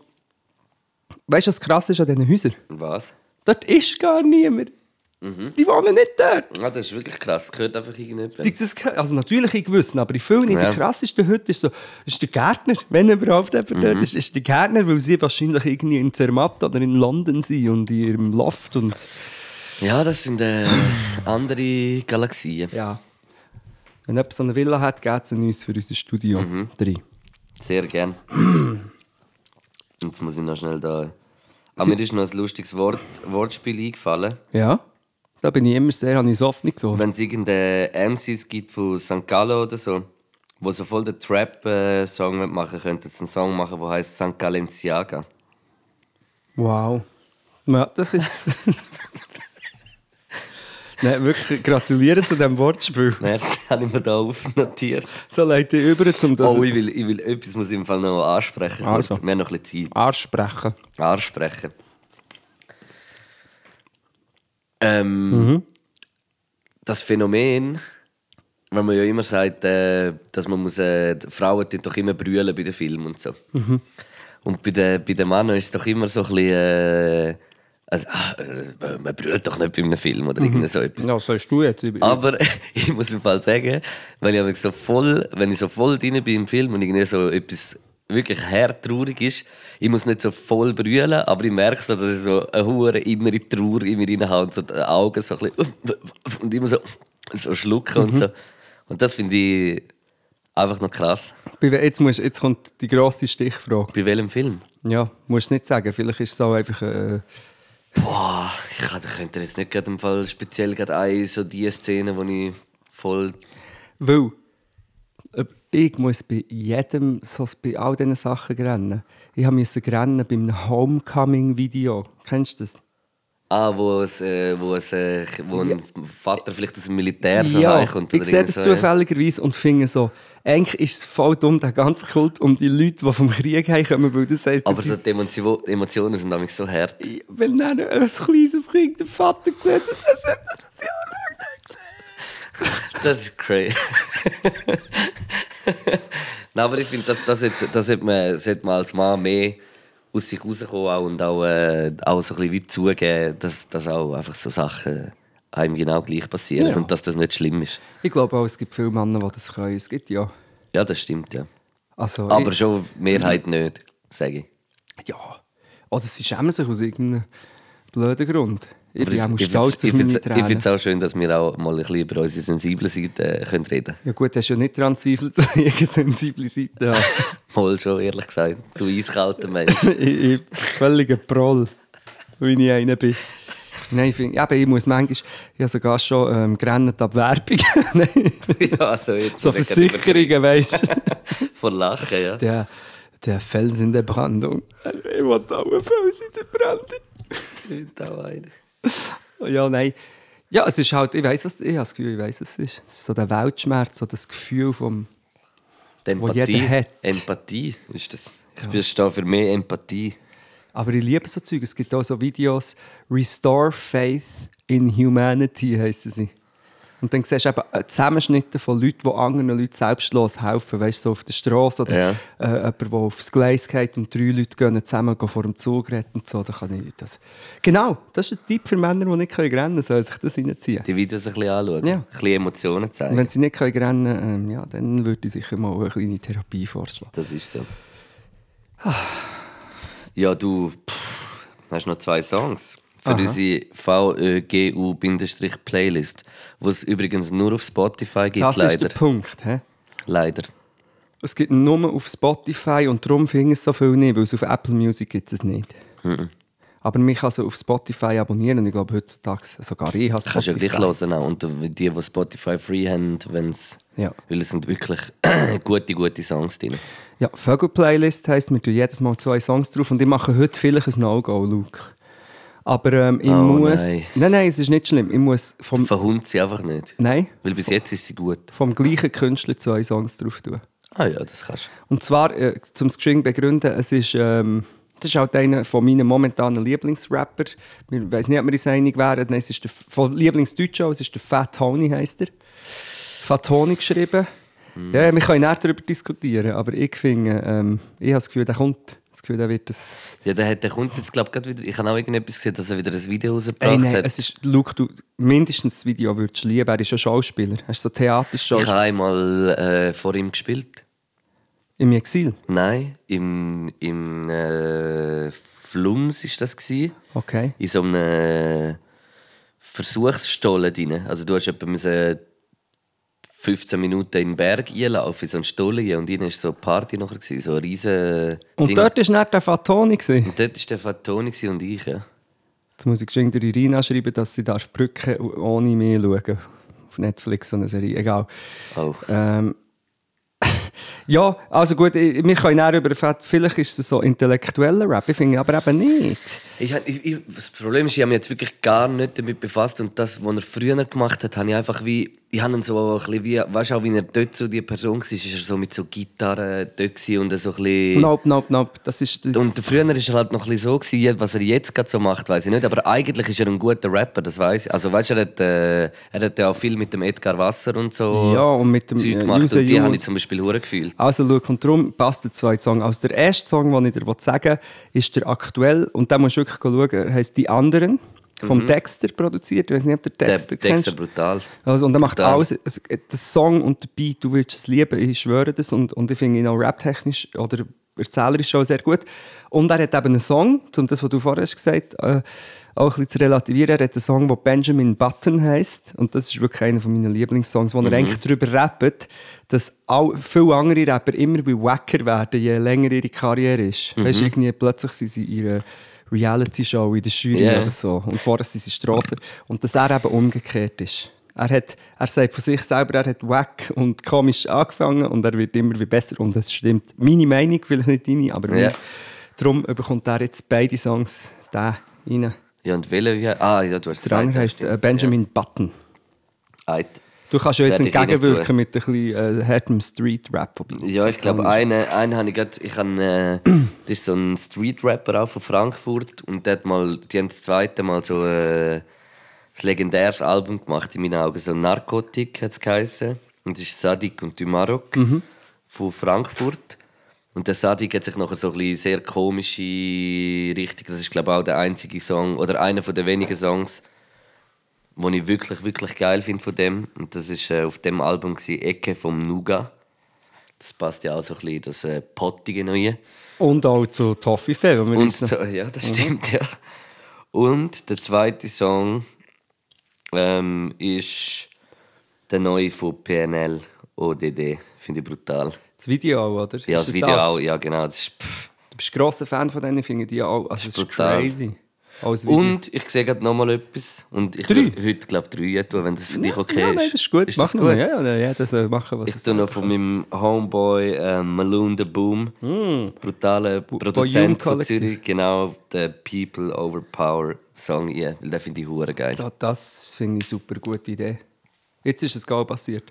Speaker 4: weißt du, was krass ist an diesen Häusern?
Speaker 3: Was?
Speaker 4: Dort ist gar niemand.
Speaker 3: Mhm.
Speaker 4: Die wohnen nicht dort.
Speaker 3: Ah, das ist wirklich krass. Das gehört einfach irgendjemand.
Speaker 4: Die- Das, also natürlich in gewissen, aber in vielen, in
Speaker 3: Ja.
Speaker 4: der krassesten Hütte ist, so, ist der Gärtner, wenn überhaupt jemand
Speaker 3: Mhm.
Speaker 4: dort ist, ist der Gärtner, weil sie wahrscheinlich irgendwie in Zermatt oder in London sind und in ihrem Loft und
Speaker 3: Ja, das sind äh, andere Galaxien.
Speaker 4: ja. Wenn jemand so eine Villa hat, geht es an uns für unser Studio
Speaker 3: Mhm.
Speaker 4: drin.
Speaker 3: Sehr gern. Jetzt muss ich noch schnell da. Aber mir ist noch ein lustiges Wort, Wortspiel eingefallen.
Speaker 4: Ja, da bin ich immer sehr, habe ich oft nicht so.
Speaker 3: Wenn es irgendeine MCs gibt von St. Gallo oder so, wo so voll den Trap-Song machen könnten, einen Song machen, der heißt St. Galenciaga.
Speaker 4: Wow. Ja, das ist... Nein, wirklich, gratuliere zu diesem Wortspiel.
Speaker 3: Das habe ich mir da aufnotiert.
Speaker 4: So leite ich über zum das
Speaker 3: Oh, ich will, ich will etwas muss ich im Fall noch ansprechen. kurz.
Speaker 4: Also.
Speaker 3: Wir haben noch ein bisschen Zeit.
Speaker 4: ansprechen.
Speaker 3: ansprechen. Ähm,
Speaker 4: Mhm.
Speaker 3: Das Phänomen, wenn man ja immer sagt, äh, dass man muss, äh, die Frauen tun doch immer brüllen bei den Filmen und so.
Speaker 4: Mhm.
Speaker 3: Und bei den, bei den Männern ist es doch immer so ein bisschen, äh, also, ah, äh, man brüllt doch nicht bei einem Film
Speaker 4: Mhm.
Speaker 3: oder irgend so etwas.
Speaker 4: Ja, sollst du jetzt? Ich-
Speaker 3: Aber ich muss im Fall sagen, weil ich mich so voll, wenn ich so voll drin bin im Film und irgendwie so etwas wirklich hertraurig ist, ich muss nicht so voll brüllen, aber ich merke so, dass ich so eine hohe innere Trauer in mir rein habe und so die Augen so ein bisschen und immer so, so schlucken und so. Und das finde ich einfach noch krass.
Speaker 4: Bei we- Jetzt, musst, jetzt kommt die grosse Stichfrage.
Speaker 3: Bei welchem Film?
Speaker 4: Ja, musst du nicht sagen. Vielleicht ist es auch einfach. Äh,
Speaker 3: Boah, ich kann- ich könnte jetzt nicht gerade im Fall speziell gerade eine so die Szene, wo ich voll...
Speaker 4: weil ob- ich muss bei jedem, so bei all diesen Sachen rennen. Ich musste rennen bei einem Homecoming-Video. Kennst du das?
Speaker 3: Ah, wo, es, äh, wo, es, äh, wo ein Vater vielleicht aus dem Militär so heimkommt.
Speaker 4: ich
Speaker 3: oder
Speaker 4: sehe
Speaker 3: irgend
Speaker 4: das
Speaker 3: so, ja.
Speaker 4: zufälligerweise und finde so, eigentlich ist es voll dumm, der ganze Kult um die Leute, die vom Krieg heimkommen, weil das heisst,
Speaker 3: Aber
Speaker 4: das
Speaker 3: so
Speaker 4: ist-
Speaker 3: die Emotion, Emotionen sind nämlich so hart.
Speaker 4: wenn dann ein kleines Kind den Vater sieht, dann sagt er das ja nicht.
Speaker 3: Das ist crazy. Nein, aber ich finde, das, das, sollte, das sollte, man, sollte man als Mann mehr aus sich rauskommen auch und auch, äh, auch so ein bisschen weit zugeben, dass, dass auch einfach so Sachen einem genau gleich passieren
Speaker 4: Ja.
Speaker 3: und dass das nicht schlimm ist.
Speaker 4: Ich glaube auch, es gibt viele Männer, die das können. Es gibt ja.
Speaker 3: Ja, das stimmt, ja.
Speaker 4: Also,
Speaker 3: Aber schon Mehrheit
Speaker 4: Mhm.
Speaker 3: nicht, sage ich.
Speaker 4: Ja. Also sie schämen sich aus irgendeinem blöden Grund. Ich bin auch
Speaker 3: ich
Speaker 4: stolz
Speaker 3: find's- ich
Speaker 4: auf meine
Speaker 3: find's- Ich
Speaker 4: Tränen.
Speaker 3: finde es auch schön, dass wir auch mal ein bisschen über unsere sensible Seite äh, können reden
Speaker 4: Ja gut, hast du ja nicht daran zweifelt, dass ich eine sensible Seite habe.
Speaker 3: Mal schon, ehrlich gesagt. Du eiskalter Mensch.
Speaker 4: ich, ich völliger Proll, wie ich einer bin. Nein, ich, finde, eben, ich muss manchmal, ich habe sogar schon ähm, gerannt ab Werbung. Nein,
Speaker 3: ja, so jetzt.
Speaker 4: so
Speaker 3: wegen
Speaker 4: Versicherungen, weißt du.
Speaker 3: über- Vor Lachen, ja.
Speaker 4: Der, der Fels in der Brandung. Ich will auch einen Fels in der Brandung.
Speaker 3: Da einer.
Speaker 4: Ja, nein. Ja, es ist halt, ich weiß was, ich habe das Gefühl, ich weiß was es ist. Es ist so der Weltschmerz, so das Gefühl vom...
Speaker 3: Die
Speaker 4: Wo
Speaker 3: Empathie.
Speaker 4: jeder hat.
Speaker 3: Empathie ist das. Ich bin da für mehr Empathie.
Speaker 4: Aber ich liebe so Zeug. Es gibt auch so Videos, Restore Faith in Humanity heissen sie. Und dann siehst du eben äh, Zusammenschnitte von Leuten, die anderen Leuten selbstlos helfen. Weißt du, so auf der Straße oder
Speaker 3: Ja.
Speaker 4: äh, jemand, der aufs Gleis geht und drei Leute gehen zusammen gehen vor dem Zug retten und so. Da kann ich das. Genau, das ist ein Tipp für Männer, die nicht können rennen können, sollen sich das reinziehen.
Speaker 3: Die Videos ein bisschen anschauen.
Speaker 4: Ja.
Speaker 3: Ein bisschen Emotionen zeigen.
Speaker 4: Und wenn sie nicht können rennen können, ähm, ja, dann würde ich sicher mal eine kleine Therapie vorschlagen.
Speaker 3: Das ist so. Ja, du pff, hast noch zwei Songs für
Speaker 4: Aha.
Speaker 3: unsere VÖGU-Playlist, die es übrigens nur auf Spotify gibt,
Speaker 4: Das ist
Speaker 3: leider.
Speaker 4: der Punkt. He?
Speaker 3: leider.
Speaker 4: Es gibt nur auf Spotify und darum finden es so viele nicht, weil es auf Apple Music gibt es nicht.
Speaker 3: Mhm.
Speaker 4: Aber man kann sie auf Spotify abonnieren. Ich glaube, heutzutage sogar ich habe
Speaker 3: Kannst du ja
Speaker 4: Spotify.
Speaker 3: gleich hören auch. Und die, die Spotify free haben, wenn's,
Speaker 4: Ja.
Speaker 3: weil es sind wirklich gute, gute Songs drin.
Speaker 4: Ja, Vögel-Playlist heisst, wir tun jedes Mal zwei Songs drauf und ich mache heute vielleicht ein No-Go, Luke. Aber ähm, ich
Speaker 3: Oh,
Speaker 4: muss...
Speaker 3: nein.
Speaker 4: nein, nein, es ist nicht schlimm. Ich muss vom...
Speaker 3: Verhund sie einfach nicht.
Speaker 4: Nein,
Speaker 3: Weil bis jetzt ist sie gut.
Speaker 4: vom gleichen Künstler zwei Songs drauf tun.
Speaker 3: Ah ja, das kannst du.
Speaker 4: Und zwar, äh, zum Geschenk begründen, es ist, ähm, das ist halt einer von meinen momentanen Lieblingsrapper. Ich weiß nicht, ob wir uns einig wären. Nein, es ist der, von Lieblingsdeutscher, auch, es ist der Fat Tony, heisst er. Fat Tony geschrieben.
Speaker 3: Mhm.
Speaker 4: Ja, wir können näher darüber diskutieren, aber ich finde, ähm, ich habe das Gefühl, der kommt. Das Gefühl, der wird das...
Speaker 3: Ja, der, hat, der kommt jetzt, glaube ich, gerade wieder. Ich habe auch irgendetwas gesehen, dass er wieder ein Video rausgebracht
Speaker 4: Ey, nein,
Speaker 3: hat.
Speaker 4: es ist, Luke, du mindestens das Video würdest du lieben. Er ist ja Schauspieler. Er ist so theatrisch
Speaker 3: Ich
Speaker 4: Schauspieler.
Speaker 3: habe einmal äh, vor ihm gespielt.
Speaker 4: Im Exil.
Speaker 3: Nein, im, im äh, Flums war das. Gewesen.
Speaker 4: Okay.
Speaker 3: In so einem Versuchsstollen drin. Also du hast etwa müssen 15 Minuten in den Berg einlaufen, in so einen Stollen rein. Und dann war so eine Party nachher, gewesen, so ein riesen
Speaker 4: Und
Speaker 3: Ding.
Speaker 4: dort war dann der Fat Tony. Gewesen.
Speaker 3: Und dort war der Fatoni gewesen und ich. Ja.
Speaker 4: Jetzt muss ich geschwind durch Irina schreiben, dass sie darf Brücke ohne mich schauen Auf Netflix so eine Serie, egal.
Speaker 3: Oh.
Speaker 4: Ähm, ja, also gut, ich- wir können auch über vielleicht ist es so intellektueller Rap, ich finde aber eben nicht.
Speaker 3: Ich, hab- ich, ich, das Problem ist, ich habe mich jetzt wirklich gar nicht damit befasst und das, was er früher gemacht hat, habe ich einfach wie, ich habe ihn so ein bisschen wie, weißt du auch, wie er dort so die Person war, ist er so mit so Gitarren dort gewesen und so ein bisschen...
Speaker 4: Nope, nope, nope, das ist...
Speaker 3: Und früher war er halt noch ein bisschen so, gewesen, was er jetzt gerade so macht, weiß ich nicht. Aber eigentlich ist er ein guter Rapper, das weiß ich. Also weißt du, er hat, äh, er hat ja auch viel mit dem Edgar Wasser und so
Speaker 4: Ja, und mit dem, äh,
Speaker 3: Zeug gemacht.
Speaker 4: User
Speaker 3: Und die
Speaker 4: Jung
Speaker 3: habe
Speaker 4: und
Speaker 3: ich zum Beispiel hure gefühlt.
Speaker 4: Also, schau, und darum passt der zweite Song. Also, der erste Song, den ich dir sagen will, ist der aktuell. Und da musst du wirklich schauen, er heisst «Die Anderen», vom Dexter produziert. Ich weiß nicht, ob du den
Speaker 3: Mhm. Der
Speaker 4: Dexter kennst.
Speaker 3: Dexter brutal.
Speaker 4: Also, und er macht
Speaker 3: Total.
Speaker 4: alles, also, äh, der Song und der Beat, du willst es lieben, ich schwöre das. Und, und ich finde ihn auch raptechnisch oder erzählerisch auch sehr gut. Und er hat eben einen Song, um das, was du vorher hast gesagt äh, auch ein bisschen zu relativieren, er hat einen Song, der Benjamin Button heißt Und das ist wirklich einer von meinen Lieblingssongs, wo er eigentlich darüber rappt, dass auch viele andere Rapper immer wie wacker werden, je länger ihre Karriere ist. Weißt du, irgendwie plötzlich sind sie ihre Reality-Show in der Jury
Speaker 3: Yeah.
Speaker 4: oder so. Und vorher sind sie Strasser. Und dass er eben umgekehrt ist. Er, hat, er sagt von sich selber, er hat wack und komisch angefangen und er wird immer wie besser. Und das stimmt. Meine Meinung, vielleicht nicht deine, aber
Speaker 3: Ja.
Speaker 4: yeah. darum bekommt er jetzt beide Songs da rein.
Speaker 3: Ja, und welcher? wie- Ah, ja, du hast es
Speaker 4: Der andere heisst äh, Benjamin Button.
Speaker 3: Eit.
Speaker 4: Du kannst ja jetzt
Speaker 3: Werd ich
Speaker 4: entgegenwirken
Speaker 3: reintun.
Speaker 4: mit ein bisschen äh, härtem Street-Rap. wobei-
Speaker 3: Ja, ich glaube,
Speaker 4: kann
Speaker 3: einen, einen habe ich gerade. Ich han, äh, das ist so ein Street-Rapper auch von Frankfurt. Und der hat mal, die haben das zweite Mal so äh, ein legendäres Album gemacht, in meinen Augen. So Narkotik hat es geheißen. Und das ist Sadik und Dumarok von Frankfurt. Und der Sadik hat sich nachher so ein bisschen sehr komische Richtung. Das ist, glaube ich, auch der einzige Song oder einer der wenigen Songs, den ich wirklich, wirklich geil finde von dem. Und das ist äh, auf dem Album gewesen, Ecke vom Nuga. Das passt ja auch so ein bisschen in das äh, Pottige neue.
Speaker 4: Und auch zu Toffifee, wenn wir
Speaker 3: Und
Speaker 4: uns
Speaker 3: so, ja, das stimmt, ja. Und der zweite Song ähm, ist der neue von PNL, ODD. Finde ich brutal.
Speaker 4: Das Video, oder?
Speaker 3: Ja,
Speaker 4: Ist
Speaker 3: das Video
Speaker 4: das?
Speaker 3: auch. Ja, genau. Das ist, pff.
Speaker 4: Du bist grosser Fan von denen, finde die auch. Also, das ist
Speaker 3: brutal.
Speaker 4: crazy. Als Video.
Speaker 3: Und ich sehe gerade nochmal etwas. Und ich
Speaker 4: Drei?
Speaker 3: würde heute, glaube ich, drei tun, wenn das für dich okay
Speaker 4: ja,
Speaker 3: ist.
Speaker 4: nein, das ist gut.
Speaker 3: Ist
Speaker 4: Mach
Speaker 3: das
Speaker 4: mal.
Speaker 3: gut?
Speaker 4: Ja, ja, ja, das äh, machen, was
Speaker 3: Ich
Speaker 4: es
Speaker 3: tue noch von meinem Homeboy ähm, Maloon the Boom,
Speaker 4: Hm.
Speaker 3: brutaler Produzent von
Speaker 4: Collective.
Speaker 3: Zürich, genau, der People Overpower Song, yeah, weil den finde ich hure geil.
Speaker 4: Ja, das finde ich eine super gute Idee. Jetzt ist es geil passiert.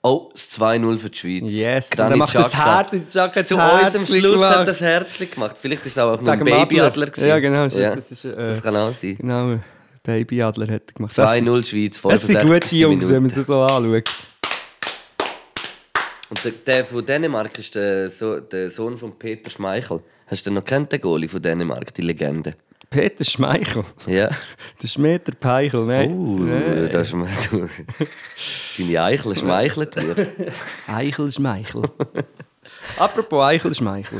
Speaker 3: Oh, das 2-0 für die Schweiz. Granit
Speaker 4: Yes, und dann macht das
Speaker 3: Xhaka.
Speaker 4: Herz, die Xhaka
Speaker 3: Zu
Speaker 4: das
Speaker 3: uns am
Speaker 4: Herzli
Speaker 3: Schluss
Speaker 4: gemacht.
Speaker 3: hat das Herzlich gemacht. Vielleicht ist es auch nur ein
Speaker 4: Wegen dem Adler.
Speaker 3: Babyadler. gewesen.
Speaker 4: Ja, genau, shit, das ist, äh,
Speaker 3: das kann auch sein.
Speaker 4: Genau, Baby Adler hat gemacht. Das-
Speaker 3: 2-0 Schweiz,
Speaker 4: Es sind
Speaker 3: 65.
Speaker 4: gute Jungs, wenn man
Speaker 3: Minute.
Speaker 4: sie so anschaut.
Speaker 3: Und der, der von Dänemark ist der, so der Sohn von Peter Schmeichel. Hast du den noch kennt, den Goalie von Dänemark, die Legende?
Speaker 4: Peter Schmeichel.
Speaker 3: Ja.
Speaker 4: Das ist mehr der Peichel, ne? nein.
Speaker 3: Uh,
Speaker 4: Nein.
Speaker 3: das ist mal du. Deine Eichel schmeichelt mir.
Speaker 4: Eichel Schmeichel. Apropos Eichel Schmeichel.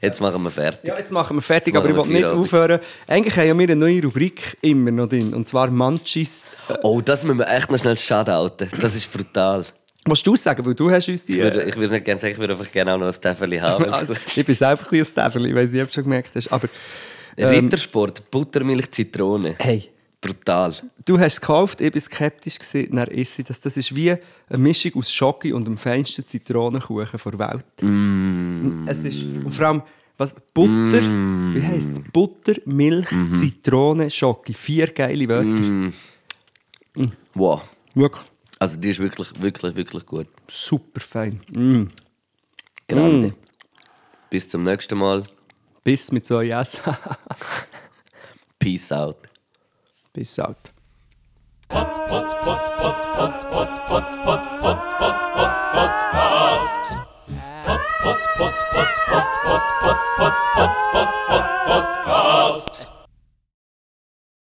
Speaker 3: Jetzt machen wir fertig.
Speaker 4: Ja, jetzt machen wir fertig,
Speaker 3: Jetzt
Speaker 4: aber ich will
Speaker 3: machen wir
Speaker 4: nicht
Speaker 3: Feierabend.
Speaker 4: aufhören. Eigentlich haben wir eine neue Rubrik immer noch drin, und zwar Manchis.
Speaker 3: Oh, das müssen wir echt noch schnell shoutouten. Das ist brutal.
Speaker 4: Musst du sagen, weil du hast uns die...
Speaker 3: Ich
Speaker 4: äh,
Speaker 3: würde, ich würde nicht gerne sagen, ich würde einfach gerne auch noch ein Täffeli haben. wenn's
Speaker 4: Also,
Speaker 3: gut ist.
Speaker 4: ich bin selber ein bisschen ein Täferli, ich weiß nicht, ob du schon gemerkt hast, aber...
Speaker 3: Rittersport, Buttermilch, Zitrone.
Speaker 4: Hey,
Speaker 3: Brutal.
Speaker 4: du hast es gekauft, ich war skeptisch, gewesen, dann isst sie das. Das ist wie eine Mischung aus Schoki und dem feinsten Zitronenkuchen der Welt.
Speaker 3: Mm.
Speaker 4: Es ist, und vor allem, was, Butter, wie heisst es? Butter, Milch,
Speaker 3: Mhm.
Speaker 4: Zitrone, Schoki. Vier geile Wörter.
Speaker 3: Mm. Wow.
Speaker 4: Wirklich
Speaker 3: Also die ist wirklich, wirklich, wirklich gut.
Speaker 4: super fein. Mm.
Speaker 3: Grande. Bis zum nächsten Mal.
Speaker 4: Bis mit so Yes.
Speaker 3: Peace out.
Speaker 4: Bis out.
Speaker 6: Podcast.